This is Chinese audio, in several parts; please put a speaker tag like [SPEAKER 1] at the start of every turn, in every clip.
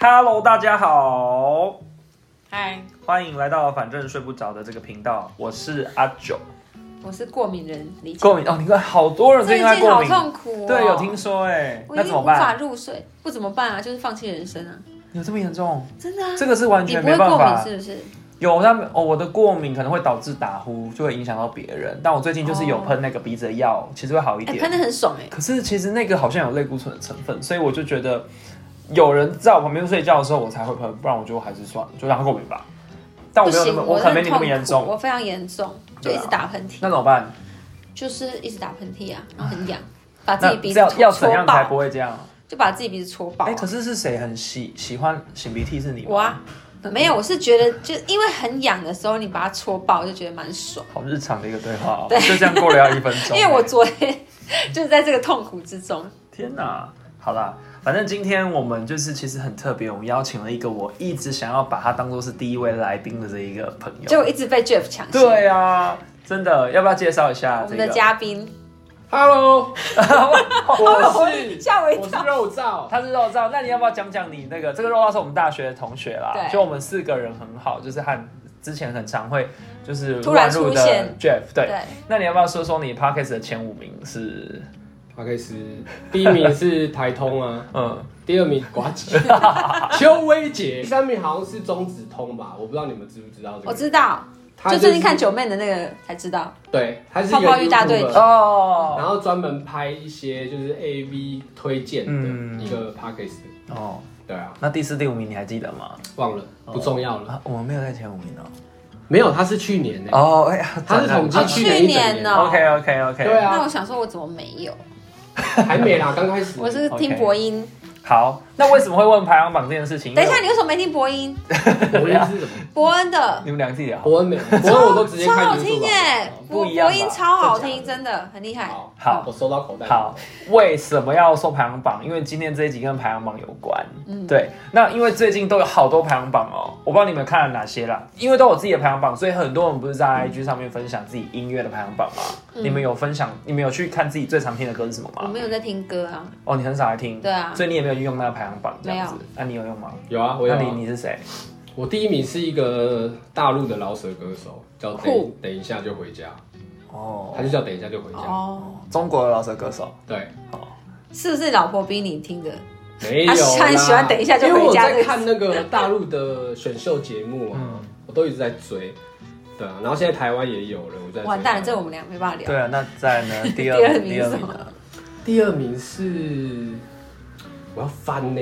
[SPEAKER 1] Hello，大家好，
[SPEAKER 2] 嗨，
[SPEAKER 1] 欢迎来到反正睡不着的这个频道，我是阿九。
[SPEAKER 2] 我是过敏人李巧，
[SPEAKER 1] 过敏哦，你看好多人最
[SPEAKER 2] 最
[SPEAKER 1] 近在
[SPEAKER 2] 近
[SPEAKER 1] 过
[SPEAKER 2] 好
[SPEAKER 1] 敏，
[SPEAKER 2] 痛苦哦。
[SPEAKER 1] 对，有听，说哎，
[SPEAKER 2] 我
[SPEAKER 1] 那
[SPEAKER 2] 已
[SPEAKER 1] 怎
[SPEAKER 2] 经
[SPEAKER 1] 么
[SPEAKER 2] 无法
[SPEAKER 1] 办？
[SPEAKER 2] 入睡，不怎么办啊，就是放弃人生啊，
[SPEAKER 1] 有这么严重？
[SPEAKER 2] 真的啊。
[SPEAKER 1] 这个是完
[SPEAKER 2] 你
[SPEAKER 1] 全
[SPEAKER 2] 不
[SPEAKER 1] 没
[SPEAKER 2] 会
[SPEAKER 1] 办
[SPEAKER 2] 过敏
[SPEAKER 1] 法。
[SPEAKER 2] 是不是？
[SPEAKER 1] 有，但哦，我的过敏可能会导致打呼，就会影响到别人。但我最近就是有
[SPEAKER 2] 哦
[SPEAKER 1] 喷那个鼻子的药，其实会好一
[SPEAKER 2] 哎、
[SPEAKER 1] 点
[SPEAKER 2] 喷。的很爽哎、
[SPEAKER 1] 可是其实那个好像有类固醇的成分，所以我就觉得有人在我旁边睡觉的时候我才会喷，不然我就还是算了，就让它过敏吧。但我
[SPEAKER 2] 不
[SPEAKER 1] 没有那
[SPEAKER 2] 行，
[SPEAKER 1] 么，
[SPEAKER 2] 我
[SPEAKER 1] 可能没你那么严
[SPEAKER 2] 真的很痛苦
[SPEAKER 1] 重。
[SPEAKER 2] 我非常严重，就
[SPEAKER 1] 对啊
[SPEAKER 2] 一直打喷嚏，
[SPEAKER 1] 那怎么办？
[SPEAKER 2] 就是一直打喷嚏啊，然后很痒，把啊自
[SPEAKER 1] 那
[SPEAKER 2] 己鼻子
[SPEAKER 1] 要要怎
[SPEAKER 2] 戳
[SPEAKER 1] 样才不
[SPEAKER 2] 爆，
[SPEAKER 1] 会这样？
[SPEAKER 2] 就把自己鼻子戳爆啊、
[SPEAKER 1] 哎、可是是谁很喜喜欢擤鼻涕是你吗？嗯
[SPEAKER 2] 我啊，没有，我是觉得就因为很痒的时候，你把它戳爆，就觉得蛮爽。
[SPEAKER 1] 好日常的一个对话、哦，就这样过了要一分钟。 哎
[SPEAKER 2] 因为我昨天就是在这个痛苦之中，
[SPEAKER 1] 天哪，好啦，反正今天我们就是其实很特别，我们邀请了一个我一直想要把他当做是第一位来宾的这一个朋友。
[SPEAKER 2] 就一直被 Jeff 抢先。
[SPEAKER 1] 对啊，真的，要不要介绍一下
[SPEAKER 2] 我
[SPEAKER 1] 这
[SPEAKER 2] 们
[SPEAKER 1] 个？哦
[SPEAKER 2] 的嘉宾
[SPEAKER 3] Hello，我是
[SPEAKER 2] 吓我一
[SPEAKER 3] 我是
[SPEAKER 2] 跳。
[SPEAKER 3] 肉燥，
[SPEAKER 1] 他是肉燥，那你要不要讲讲你那个这个肉燥是我们大学的同学啦，
[SPEAKER 2] 对
[SPEAKER 1] 就我们四个人很好，就是和之前很常会就是
[SPEAKER 2] 突
[SPEAKER 1] 乱
[SPEAKER 2] 然
[SPEAKER 1] 入
[SPEAKER 2] 出
[SPEAKER 1] 的
[SPEAKER 2] 现
[SPEAKER 1] Jeff，对，
[SPEAKER 2] 对，
[SPEAKER 1] 那你要不要说说你 podcast 的前五名是？
[SPEAKER 3] 他开始第一名是台通啊，
[SPEAKER 1] 嗯，
[SPEAKER 3] 第二名瓜 吉，邱威杰，第三名好像是中子通吧，我不知道你们知不知道这个。
[SPEAKER 2] 我知道，
[SPEAKER 3] 他
[SPEAKER 2] 就是最近看九妹的那个才知道。
[SPEAKER 3] 对，他是一
[SPEAKER 2] 泡
[SPEAKER 3] 个
[SPEAKER 2] 泡浴大队
[SPEAKER 3] YouTuber，
[SPEAKER 1] 哦
[SPEAKER 3] 然后专门拍一些就是 AV 推荐的
[SPEAKER 1] 嗯
[SPEAKER 3] 一个 p a c k a g e
[SPEAKER 1] 哦，
[SPEAKER 3] 对啊，
[SPEAKER 1] 那第四、第五名你还记得吗？
[SPEAKER 3] 忘了，不重要了。
[SPEAKER 1] 啊，我们没有在前五名哦。
[SPEAKER 3] 没有，他是去年呢，
[SPEAKER 1] 哦，哎呀，
[SPEAKER 3] 他是统计
[SPEAKER 2] 哦
[SPEAKER 3] 去年一整
[SPEAKER 2] 去年
[SPEAKER 3] 年
[SPEAKER 2] 哦，
[SPEAKER 1] OK OK OK，
[SPEAKER 3] 对
[SPEAKER 2] 那
[SPEAKER 3] 啊
[SPEAKER 2] 我，想说，我怎么没有？
[SPEAKER 1] 嗯
[SPEAKER 3] 还没啦，刚开始。
[SPEAKER 2] 我是听播音。
[SPEAKER 1] 好，那为什么会问排行榜这件事情？
[SPEAKER 2] 等一下，
[SPEAKER 1] 因为
[SPEAKER 2] 你为什么没听播音？
[SPEAKER 3] 伯恩是什么？
[SPEAKER 2] 伯恩的
[SPEAKER 1] 你们俩自己聊。
[SPEAKER 3] 伯恩没有，伯恩我都直接
[SPEAKER 2] 超
[SPEAKER 3] 看
[SPEAKER 2] 好
[SPEAKER 3] YouTube
[SPEAKER 2] 听
[SPEAKER 3] 了
[SPEAKER 2] 耶，
[SPEAKER 1] 不
[SPEAKER 2] 播
[SPEAKER 1] 一样吧
[SPEAKER 2] 播音超好听，
[SPEAKER 3] 真
[SPEAKER 2] 真的很厉害。
[SPEAKER 3] 好，
[SPEAKER 1] 好
[SPEAKER 3] 我收到口袋。
[SPEAKER 1] 好，为什么要说排行榜？因为今天这一集跟排行榜有关。
[SPEAKER 2] 嗯
[SPEAKER 1] 对，那因为最近都有好多排行榜哦，我不知道你们看了哪些啦。因为都有自己的排行榜，所以很多人不是在 IG 上面分享自己音乐的排行榜吗？
[SPEAKER 2] 嗯
[SPEAKER 1] 你们有分享？你们有去看自己最常听的歌是什么
[SPEAKER 2] 我
[SPEAKER 1] 吗？
[SPEAKER 2] 没有在听歌啊，
[SPEAKER 1] 哦，你很少来听，
[SPEAKER 2] 对啊
[SPEAKER 1] 所以你也没有用那个排行榜这样子
[SPEAKER 2] 没。
[SPEAKER 1] 那、你有用吗？
[SPEAKER 3] 有啊，我有
[SPEAKER 1] 那
[SPEAKER 3] 啊、
[SPEAKER 1] 你你是谁？
[SPEAKER 3] 我第一名是一个大陆的饶舌歌手，叫等
[SPEAKER 2] 酷
[SPEAKER 3] 等一下就回家，
[SPEAKER 1] 哦
[SPEAKER 3] 他就叫等一下就回家。
[SPEAKER 2] 哦，
[SPEAKER 1] 中国的老舌歌手。
[SPEAKER 3] 对，
[SPEAKER 2] 是不是老婆逼你听的？
[SPEAKER 3] 没有啦。
[SPEAKER 2] 他很喜欢等一下就回家
[SPEAKER 3] 因为我在看那个大陆的选秀节目啊，
[SPEAKER 1] 嗯
[SPEAKER 3] 我都一直在追。对啊，然后现在台湾也有了，我在追
[SPEAKER 2] 完蛋了，
[SPEAKER 3] 台
[SPEAKER 2] 这
[SPEAKER 3] 湾
[SPEAKER 2] 我们俩没办法聊。
[SPEAKER 1] 对啊，那再来呢？第
[SPEAKER 2] 第
[SPEAKER 1] 二
[SPEAKER 2] 二
[SPEAKER 1] 名，
[SPEAKER 2] 名
[SPEAKER 1] 第二名啊
[SPEAKER 2] 是什么
[SPEAKER 1] 呢？
[SPEAKER 3] 第二名是我要翻呢、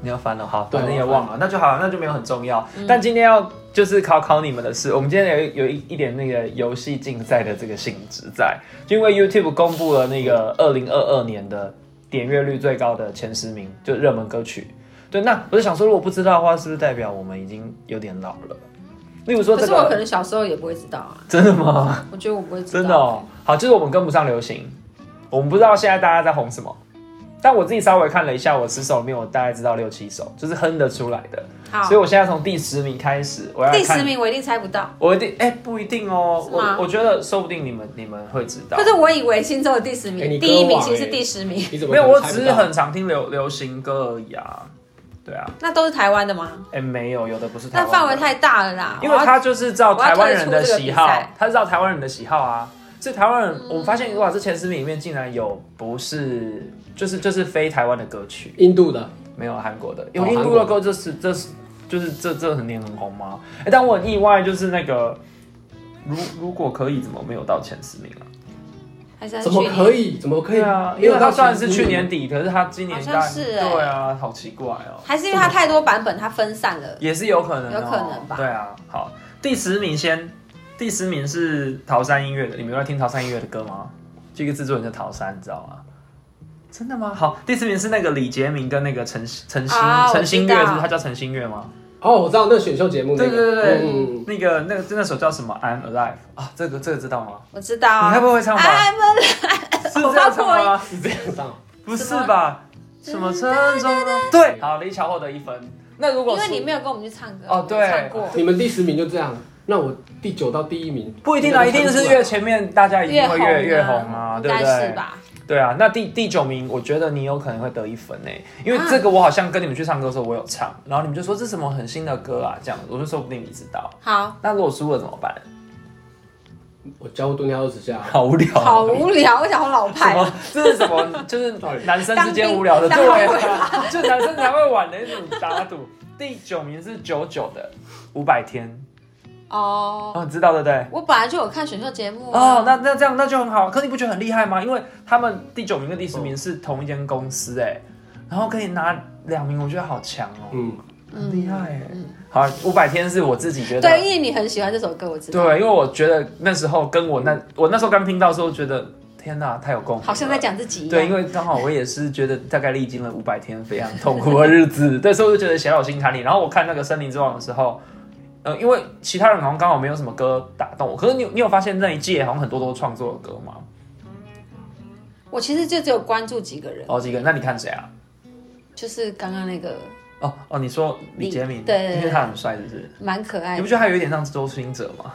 [SPEAKER 1] 你要翻了，嗯好，
[SPEAKER 3] 对
[SPEAKER 1] 反正也忘了，那就好了，那就没有很重要。但今天要就是考考你们的是，我们今天有有一一点那个游戏竞赛的这个性质在，就因为 YouTube 公布了那个二零二二年的点阅率最高的前十名，就热门歌曲。对，那我就想说，如果不知道的话，是不是代表我们已经有点老了？例如说
[SPEAKER 2] 可
[SPEAKER 1] 这
[SPEAKER 2] 是我可
[SPEAKER 1] 个，
[SPEAKER 2] 能小时候也不会知道啊，
[SPEAKER 1] 真的吗？
[SPEAKER 2] 我觉得我不会知道。
[SPEAKER 1] 真的哦，好，就是我们跟不上流行，我们不知道现在大家在红什么。但我自己稍微看了一下，我十首里面我大概知道六七首，就是哼得出来的。
[SPEAKER 2] 好
[SPEAKER 1] 所以，我现在从第十名开始，我要来
[SPEAKER 2] 啊第十
[SPEAKER 1] 看，
[SPEAKER 2] 名我一定猜不到。
[SPEAKER 1] 我一定哎、不一定哦，
[SPEAKER 2] 是吗
[SPEAKER 1] 我我觉得说不定你们你们会知道
[SPEAKER 2] 可。是我以为新州的第十名，
[SPEAKER 3] 哎你歌
[SPEAKER 2] 第一名
[SPEAKER 3] 王
[SPEAKER 2] 其实是
[SPEAKER 3] 哎
[SPEAKER 2] 第十名，
[SPEAKER 3] 你怎么
[SPEAKER 1] 没有，
[SPEAKER 3] 可能
[SPEAKER 1] 我
[SPEAKER 3] 猜不
[SPEAKER 1] 只是
[SPEAKER 3] 到
[SPEAKER 1] 很常听流流行歌而已啊。对啊，
[SPEAKER 2] 那都是台湾的吗？
[SPEAKER 1] 哎、没有，有的不是台
[SPEAKER 2] 那
[SPEAKER 1] 湾的。
[SPEAKER 2] 范围太大了啦，
[SPEAKER 1] 因为
[SPEAKER 2] 我要
[SPEAKER 1] 他就是照台湾人的喜
[SPEAKER 2] 我
[SPEAKER 1] 好
[SPEAKER 2] 要退出这个比赛，嗯
[SPEAKER 1] 他是照台湾人的喜好啊。所以台湾人，我发现哇，这前十名里面竟然有不是就是就是非台湾的歌曲，
[SPEAKER 3] 印度的，
[SPEAKER 1] 没有韩国的，
[SPEAKER 3] 哦
[SPEAKER 1] 有印度的歌就是这是就是这这很年很红吗？哎、但我很意外，就是那个如如果可以，怎么没有到前十名啊？
[SPEAKER 2] 还是在
[SPEAKER 3] 怎么
[SPEAKER 2] 去年
[SPEAKER 3] 可？以？怎么可以？
[SPEAKER 1] 对啊，
[SPEAKER 3] 没
[SPEAKER 1] 因
[SPEAKER 3] 有
[SPEAKER 1] 为
[SPEAKER 3] 到
[SPEAKER 1] 他虽然
[SPEAKER 3] 前
[SPEAKER 1] 是
[SPEAKER 3] 十
[SPEAKER 1] 去
[SPEAKER 3] 名
[SPEAKER 1] 年底，可是他今年
[SPEAKER 2] 好像
[SPEAKER 1] 大
[SPEAKER 2] 是哎
[SPEAKER 1] 对啊，好奇怪哦。
[SPEAKER 2] 还是因为它太多版本，它分散了。
[SPEAKER 1] 也是有可能、哦，
[SPEAKER 2] 有可能吧
[SPEAKER 1] 对啊，好，第十名先，第十名是桃山音乐的，你们有在听桃山音乐的歌吗？这个制作人叫桃山，你知道吗？真的吗？好，第十名是那个李杰明跟那个陈陈星
[SPEAKER 2] 啊
[SPEAKER 1] 陈
[SPEAKER 2] 我
[SPEAKER 1] 星
[SPEAKER 2] 知
[SPEAKER 1] 月，
[SPEAKER 2] 道
[SPEAKER 1] 是不是他叫陈星月吗？
[SPEAKER 3] 哦，我知道那个选秀节目那
[SPEAKER 1] 对对
[SPEAKER 3] 个，
[SPEAKER 1] 对对，
[SPEAKER 3] 嗯嗯嗯
[SPEAKER 1] 那个那个那首叫什么？I'm Alive 啊，这个这个知道吗？
[SPEAKER 2] 我知道
[SPEAKER 1] 你
[SPEAKER 2] 啊
[SPEAKER 1] 该不会会唱吧？
[SPEAKER 2] ，I'm a
[SPEAKER 1] 是这样唱吗？
[SPEAKER 3] 你这样上，
[SPEAKER 1] 不是
[SPEAKER 2] 什么
[SPEAKER 1] 吧？什么村中的？对，好，李巧获得一分。那如果
[SPEAKER 2] 因为
[SPEAKER 1] 是
[SPEAKER 2] 你没有跟我们去唱歌，
[SPEAKER 1] 哦
[SPEAKER 2] 我没有
[SPEAKER 1] 对
[SPEAKER 2] 唱过
[SPEAKER 3] 你们第十名就这样，那我第九到第一名
[SPEAKER 2] 啊
[SPEAKER 1] 不一定啊，一定是越前面大家一定会
[SPEAKER 2] 红啊
[SPEAKER 1] 越越红啊，对
[SPEAKER 2] 应
[SPEAKER 1] 不
[SPEAKER 2] 该是
[SPEAKER 1] 对？
[SPEAKER 2] 吧？
[SPEAKER 1] 对啊，那第第九名，我觉得你有可能会得一分呢、因
[SPEAKER 2] 啊
[SPEAKER 1] 为这个我好像跟你们去唱歌的时候我有唱，然后你们就说这是什么很新的歌啊，这样，我就说不定你知道。
[SPEAKER 2] 好，
[SPEAKER 1] 那如果输了怎么办？
[SPEAKER 3] 我教过蹲跳二十下，
[SPEAKER 1] 好无聊啊，
[SPEAKER 2] 好无聊，我想好老
[SPEAKER 1] 什
[SPEAKER 2] 派哦。
[SPEAKER 1] 么？这是什么？就是男生之间无聊的，
[SPEAKER 2] 当兵
[SPEAKER 1] 对
[SPEAKER 2] 当兵
[SPEAKER 1] 啊， 就男生才会玩的一种打赌。第九名是九九的五百天，
[SPEAKER 2] 哦，
[SPEAKER 1] 哦，你知道对不对？
[SPEAKER 2] 我本来就有看选秀节目啊
[SPEAKER 1] 哦，那那这样那就很好，可你不觉得很厉害吗？因为他们第九名跟第十名是同一间公司哎、然后可以拿两名，我觉得好强哦、
[SPEAKER 3] 嗯，
[SPEAKER 1] 很厉害哎、
[SPEAKER 2] 嗯
[SPEAKER 1] 好，五百天是我自己觉得
[SPEAKER 2] 对，因为你很喜欢这首歌，我知道。
[SPEAKER 1] 对，因为我觉得那时候跟我那我那时候刚听到的时候，觉得天哪，太有共鸣了，
[SPEAKER 2] 好像在讲自己一样。
[SPEAKER 1] 对，因为刚好我也是觉得大概历经了五百天非常痛苦的日子，对，所以我就觉得写到我心坎里。然后我看那个《森林之王》的时候，呃，因为其他人好像刚好没有什么歌打动我，可是你你有发现那一届好像很多都是创作的歌吗？
[SPEAKER 2] 我其实就只有关注几个人，
[SPEAKER 1] 哦，几个？那你看谁啊？
[SPEAKER 2] 就是刚刚那个
[SPEAKER 1] 哦哦，你说李杰明，
[SPEAKER 2] 李对对哎对
[SPEAKER 1] 因为他很帅，是不是？
[SPEAKER 2] 蛮可爱
[SPEAKER 1] 你不
[SPEAKER 2] 的，
[SPEAKER 1] 觉得他有一点像周星哲吗？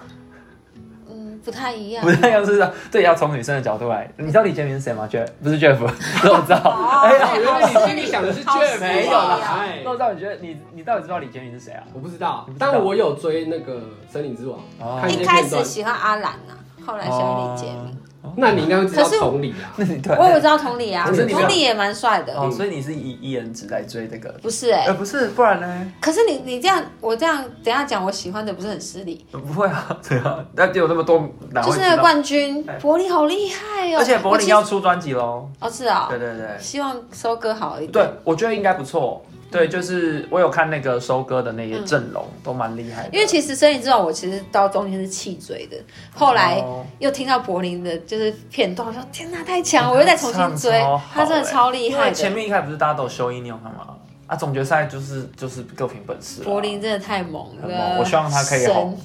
[SPEAKER 2] 嗯，不太一样
[SPEAKER 1] 不。太像是啊，对，要从女生的角度来，你知道李杰明是谁吗？Jeff 不是 Jeff，肉 照，
[SPEAKER 2] 哦
[SPEAKER 1] 哎
[SPEAKER 3] 哦
[SPEAKER 1] 呀，
[SPEAKER 3] 原来你心里想的是
[SPEAKER 2] 好
[SPEAKER 3] Jeff，
[SPEAKER 1] 没有啦
[SPEAKER 3] 啊哎
[SPEAKER 1] 肉照，你觉得你你到底知道李杰明是谁啊？
[SPEAKER 3] 我不知道
[SPEAKER 1] 你不，知道
[SPEAKER 3] 但我有追那个《森林之王
[SPEAKER 1] 哦》，
[SPEAKER 3] 看一
[SPEAKER 2] 一
[SPEAKER 3] 些
[SPEAKER 2] 开
[SPEAKER 3] 片
[SPEAKER 2] 始
[SPEAKER 3] 段。
[SPEAKER 2] 喜欢阿兰呐、啊，后来喜欢李杰明。
[SPEAKER 3] 那你应该会知道
[SPEAKER 2] 可是
[SPEAKER 3] 同理啊，
[SPEAKER 1] 那哦 你对，
[SPEAKER 2] 我也知道同理啊，
[SPEAKER 1] 可是你没有
[SPEAKER 2] 同理也蛮帅的，
[SPEAKER 1] 哦，所以你是以以颜值来追这个？
[SPEAKER 2] 不是哎、
[SPEAKER 1] 呃，不是，不然呢？
[SPEAKER 2] 可是你你这样我这样等一下讲我喜欢的不是很失礼，
[SPEAKER 1] 不会啊，对啊，那就有那么多，哪会
[SPEAKER 2] 就
[SPEAKER 1] 知
[SPEAKER 2] 是
[SPEAKER 1] 道
[SPEAKER 2] 那个冠军
[SPEAKER 1] 哎
[SPEAKER 2] 柏林好厉害哦，
[SPEAKER 1] 而且柏
[SPEAKER 2] 我
[SPEAKER 1] 林
[SPEAKER 2] 其
[SPEAKER 1] 要出专辑喽。
[SPEAKER 2] 哦是啊、
[SPEAKER 1] 对对对，
[SPEAKER 2] 希望收割好一点。
[SPEAKER 1] 对，我觉得应该不错。对，就是我有看那个收割的那些阵容，都蛮厉害的。
[SPEAKER 2] 嗯因为其实《生意之王》，我其实到中间是气追的，后来
[SPEAKER 1] 哦
[SPEAKER 2] 又听到柏林的就是片段，我说天哪，太强了！我又再重新追
[SPEAKER 1] 唱超，好哎
[SPEAKER 2] 他真的超厉
[SPEAKER 1] 因
[SPEAKER 2] 害
[SPEAKER 1] 为前
[SPEAKER 2] 的。
[SPEAKER 1] 面一开始不是大家都有修一，你有看吗？啊，总决赛就是就是各凭本事啦。啊
[SPEAKER 2] 柏林真的太猛
[SPEAKER 1] 很
[SPEAKER 2] 了，
[SPEAKER 1] 猛我希望他可以红
[SPEAKER 2] 神。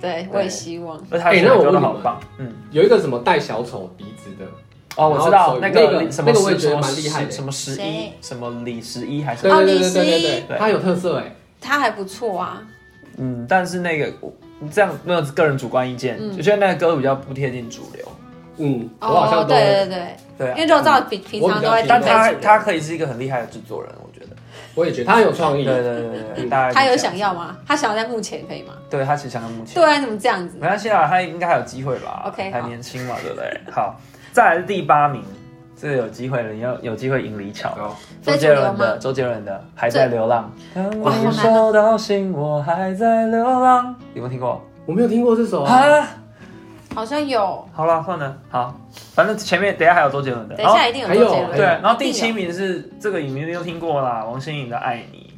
[SPEAKER 2] 对，我也希望。
[SPEAKER 1] 而且他
[SPEAKER 3] 哎
[SPEAKER 1] 选
[SPEAKER 3] 那
[SPEAKER 1] 的
[SPEAKER 3] 我
[SPEAKER 1] 歌
[SPEAKER 3] 问
[SPEAKER 1] 都
[SPEAKER 3] 你
[SPEAKER 1] 好
[SPEAKER 3] 们
[SPEAKER 1] 棒。嗯，
[SPEAKER 3] 有一个什么戴小丑鼻子的，
[SPEAKER 1] 哦，我知道
[SPEAKER 3] 然后手语那
[SPEAKER 1] 个
[SPEAKER 3] 个
[SPEAKER 1] 什么
[SPEAKER 3] 那个我也
[SPEAKER 1] 十
[SPEAKER 3] 觉得
[SPEAKER 1] 什
[SPEAKER 3] 蛮
[SPEAKER 1] 么
[SPEAKER 3] 厉害的
[SPEAKER 1] 什么十一
[SPEAKER 2] 谁
[SPEAKER 1] 什么李十一还是
[SPEAKER 3] 对
[SPEAKER 2] 哦
[SPEAKER 3] 对
[SPEAKER 2] 李
[SPEAKER 3] 对对
[SPEAKER 2] 斯
[SPEAKER 3] 对
[SPEAKER 2] 一
[SPEAKER 3] 对，他有特色哎，
[SPEAKER 2] 他还不错啊，
[SPEAKER 1] 嗯，但是那个我这样没有个人主观意见，我觉得那个歌比较不贴近主流。
[SPEAKER 3] 嗯，我好
[SPEAKER 2] 哦，
[SPEAKER 3] 像都
[SPEAKER 2] 对对对，
[SPEAKER 1] 对啊
[SPEAKER 2] 因为肉燥平平常都会
[SPEAKER 3] 我比较
[SPEAKER 1] 但
[SPEAKER 2] 听
[SPEAKER 3] 偏
[SPEAKER 2] 非
[SPEAKER 1] 他
[SPEAKER 2] 主流
[SPEAKER 1] 他可以是一个很厉害的制作人，我觉得。
[SPEAKER 3] 我也觉得他很有创
[SPEAKER 1] 对
[SPEAKER 3] 意，
[SPEAKER 1] 对对对对，大概是
[SPEAKER 2] 他有
[SPEAKER 1] 这样
[SPEAKER 2] 想要吗？他想要在幕前可以吗？
[SPEAKER 1] 对他其实想到目前。
[SPEAKER 2] 对啊，你怎么这样子？
[SPEAKER 1] 没关系啦，他应该还有机会吧
[SPEAKER 2] OK，
[SPEAKER 1] 还
[SPEAKER 2] 好
[SPEAKER 1] 年轻嘛，对不对？好，再来是第八名，这个有机会了，你要有机会赢李巧。
[SPEAKER 3] 好
[SPEAKER 1] 周
[SPEAKER 2] 非主
[SPEAKER 1] 杰
[SPEAKER 2] 流
[SPEAKER 1] 伦的，
[SPEAKER 2] 吗
[SPEAKER 1] 周杰伦的还在流浪。当我
[SPEAKER 2] 哇好难哦
[SPEAKER 1] 收到信，我还在流浪。有没有听过？
[SPEAKER 3] 我没有听过这首啊，
[SPEAKER 1] 啊，
[SPEAKER 2] 好像有，
[SPEAKER 1] 好了，算了，好，反正前面等一下还有周杰伦的。
[SPEAKER 2] 等一下哎一定啊周杰
[SPEAKER 3] 还有
[SPEAKER 2] 伦。
[SPEAKER 1] 对，然后第
[SPEAKER 2] 一定
[SPEAKER 1] 七
[SPEAKER 2] 有
[SPEAKER 1] 名是这个，你们都听过啦，王心凌的《爱你》，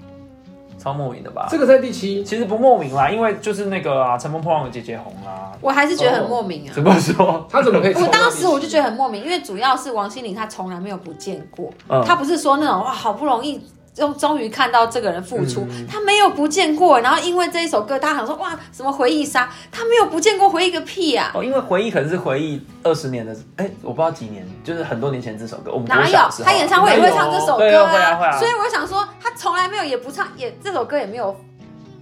[SPEAKER 1] 超莫名的
[SPEAKER 2] 啊
[SPEAKER 1] 吧？
[SPEAKER 3] 这个在第七，
[SPEAKER 1] 其实不莫名啦，因为就是那个啊，《乘风破浪的姐姐》红啊啦。
[SPEAKER 2] 我还是觉得很莫名啊
[SPEAKER 1] 怎。么说？
[SPEAKER 3] 他怎么可以？
[SPEAKER 2] 我当时我就觉得很莫名，因为主要是王心凌她从来没有不见过，
[SPEAKER 1] 嗯
[SPEAKER 2] 她不是说那种哇好不容易。终终于看到这个人付出
[SPEAKER 1] 嗯，
[SPEAKER 2] 她没有不见过，然后因为这一首歌，大家想说哇什么回忆杀，她没有不见过回忆个屁啊呀、
[SPEAKER 1] 哦，因为回忆可能是回忆二十年的，哎、我不知道几年，就是很多年前这首歌，我们
[SPEAKER 2] 哪
[SPEAKER 1] 国
[SPEAKER 2] 有
[SPEAKER 1] 小的时候啊
[SPEAKER 2] 她演唱会也会唱这首
[SPEAKER 1] 对
[SPEAKER 2] 歌
[SPEAKER 1] 会啊会啊
[SPEAKER 2] 所以我想说，她从来没有也不唱，也这首歌也没有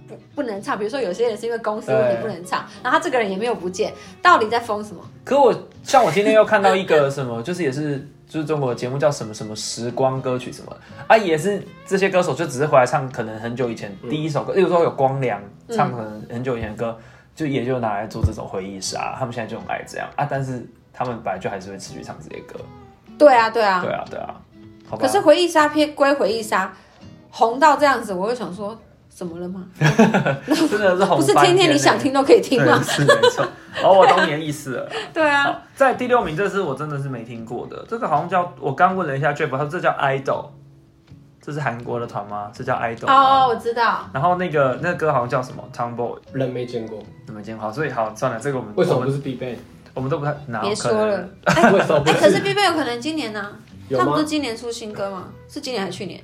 [SPEAKER 2] 不不能唱。比如说有些人是因为公司问题
[SPEAKER 1] 对
[SPEAKER 2] 不能唱，然后她这个人也没有不见，到底在疯什么？
[SPEAKER 1] 可我像我今天又看到一 个什么，就是也是就是中国的节目叫什么什么时光歌曲什么啊，也是这些歌手就只是回来唱可能很久以前
[SPEAKER 2] 嗯
[SPEAKER 1] 第一首歌，例如说有光良唱可能很久以前的歌，就也就拿来做这种回忆杀，他们现在就很爱这样啊，但是他们本来就还是会持续唱这些歌，
[SPEAKER 2] 对啊，对啊，
[SPEAKER 1] 对啊对啊，好吧
[SPEAKER 2] 可，是回忆杀偏归回忆杀，红到这样子，我就想说，怎么了嘛？
[SPEAKER 1] 真的是红
[SPEAKER 2] 不是
[SPEAKER 1] 翻
[SPEAKER 2] 天天
[SPEAKER 1] 欸
[SPEAKER 2] 你想听都可以听
[SPEAKER 1] 对
[SPEAKER 2] 吗？
[SPEAKER 1] 是没错， 哦，我懂你的意思了。
[SPEAKER 2] 对啊，
[SPEAKER 1] 在第六名，这是我真的是没听过的，这个好像叫我刚问了一下 Jeff，他说这叫 idol，这是韩国的团吗？这叫 idol 吗
[SPEAKER 2] 哦，我知道，
[SPEAKER 1] 然后那个那个歌好像叫什么 Tomboy，
[SPEAKER 3] 人没见过，
[SPEAKER 1] 你们见好，所以好算了，这个我们
[SPEAKER 3] 为什
[SPEAKER 1] 我
[SPEAKER 3] 么不
[SPEAKER 1] 们
[SPEAKER 3] 是必备？
[SPEAKER 1] 我们都不太哪有
[SPEAKER 2] 别
[SPEAKER 1] 可
[SPEAKER 2] 说
[SPEAKER 1] 能
[SPEAKER 2] 了。
[SPEAKER 3] 为什么不
[SPEAKER 2] 哎，可是
[SPEAKER 3] 是？
[SPEAKER 2] B 贝有可能今年呢？
[SPEAKER 3] 有
[SPEAKER 2] 他不是
[SPEAKER 3] 吗？
[SPEAKER 2] 今年出新歌吗？是今年还是去年？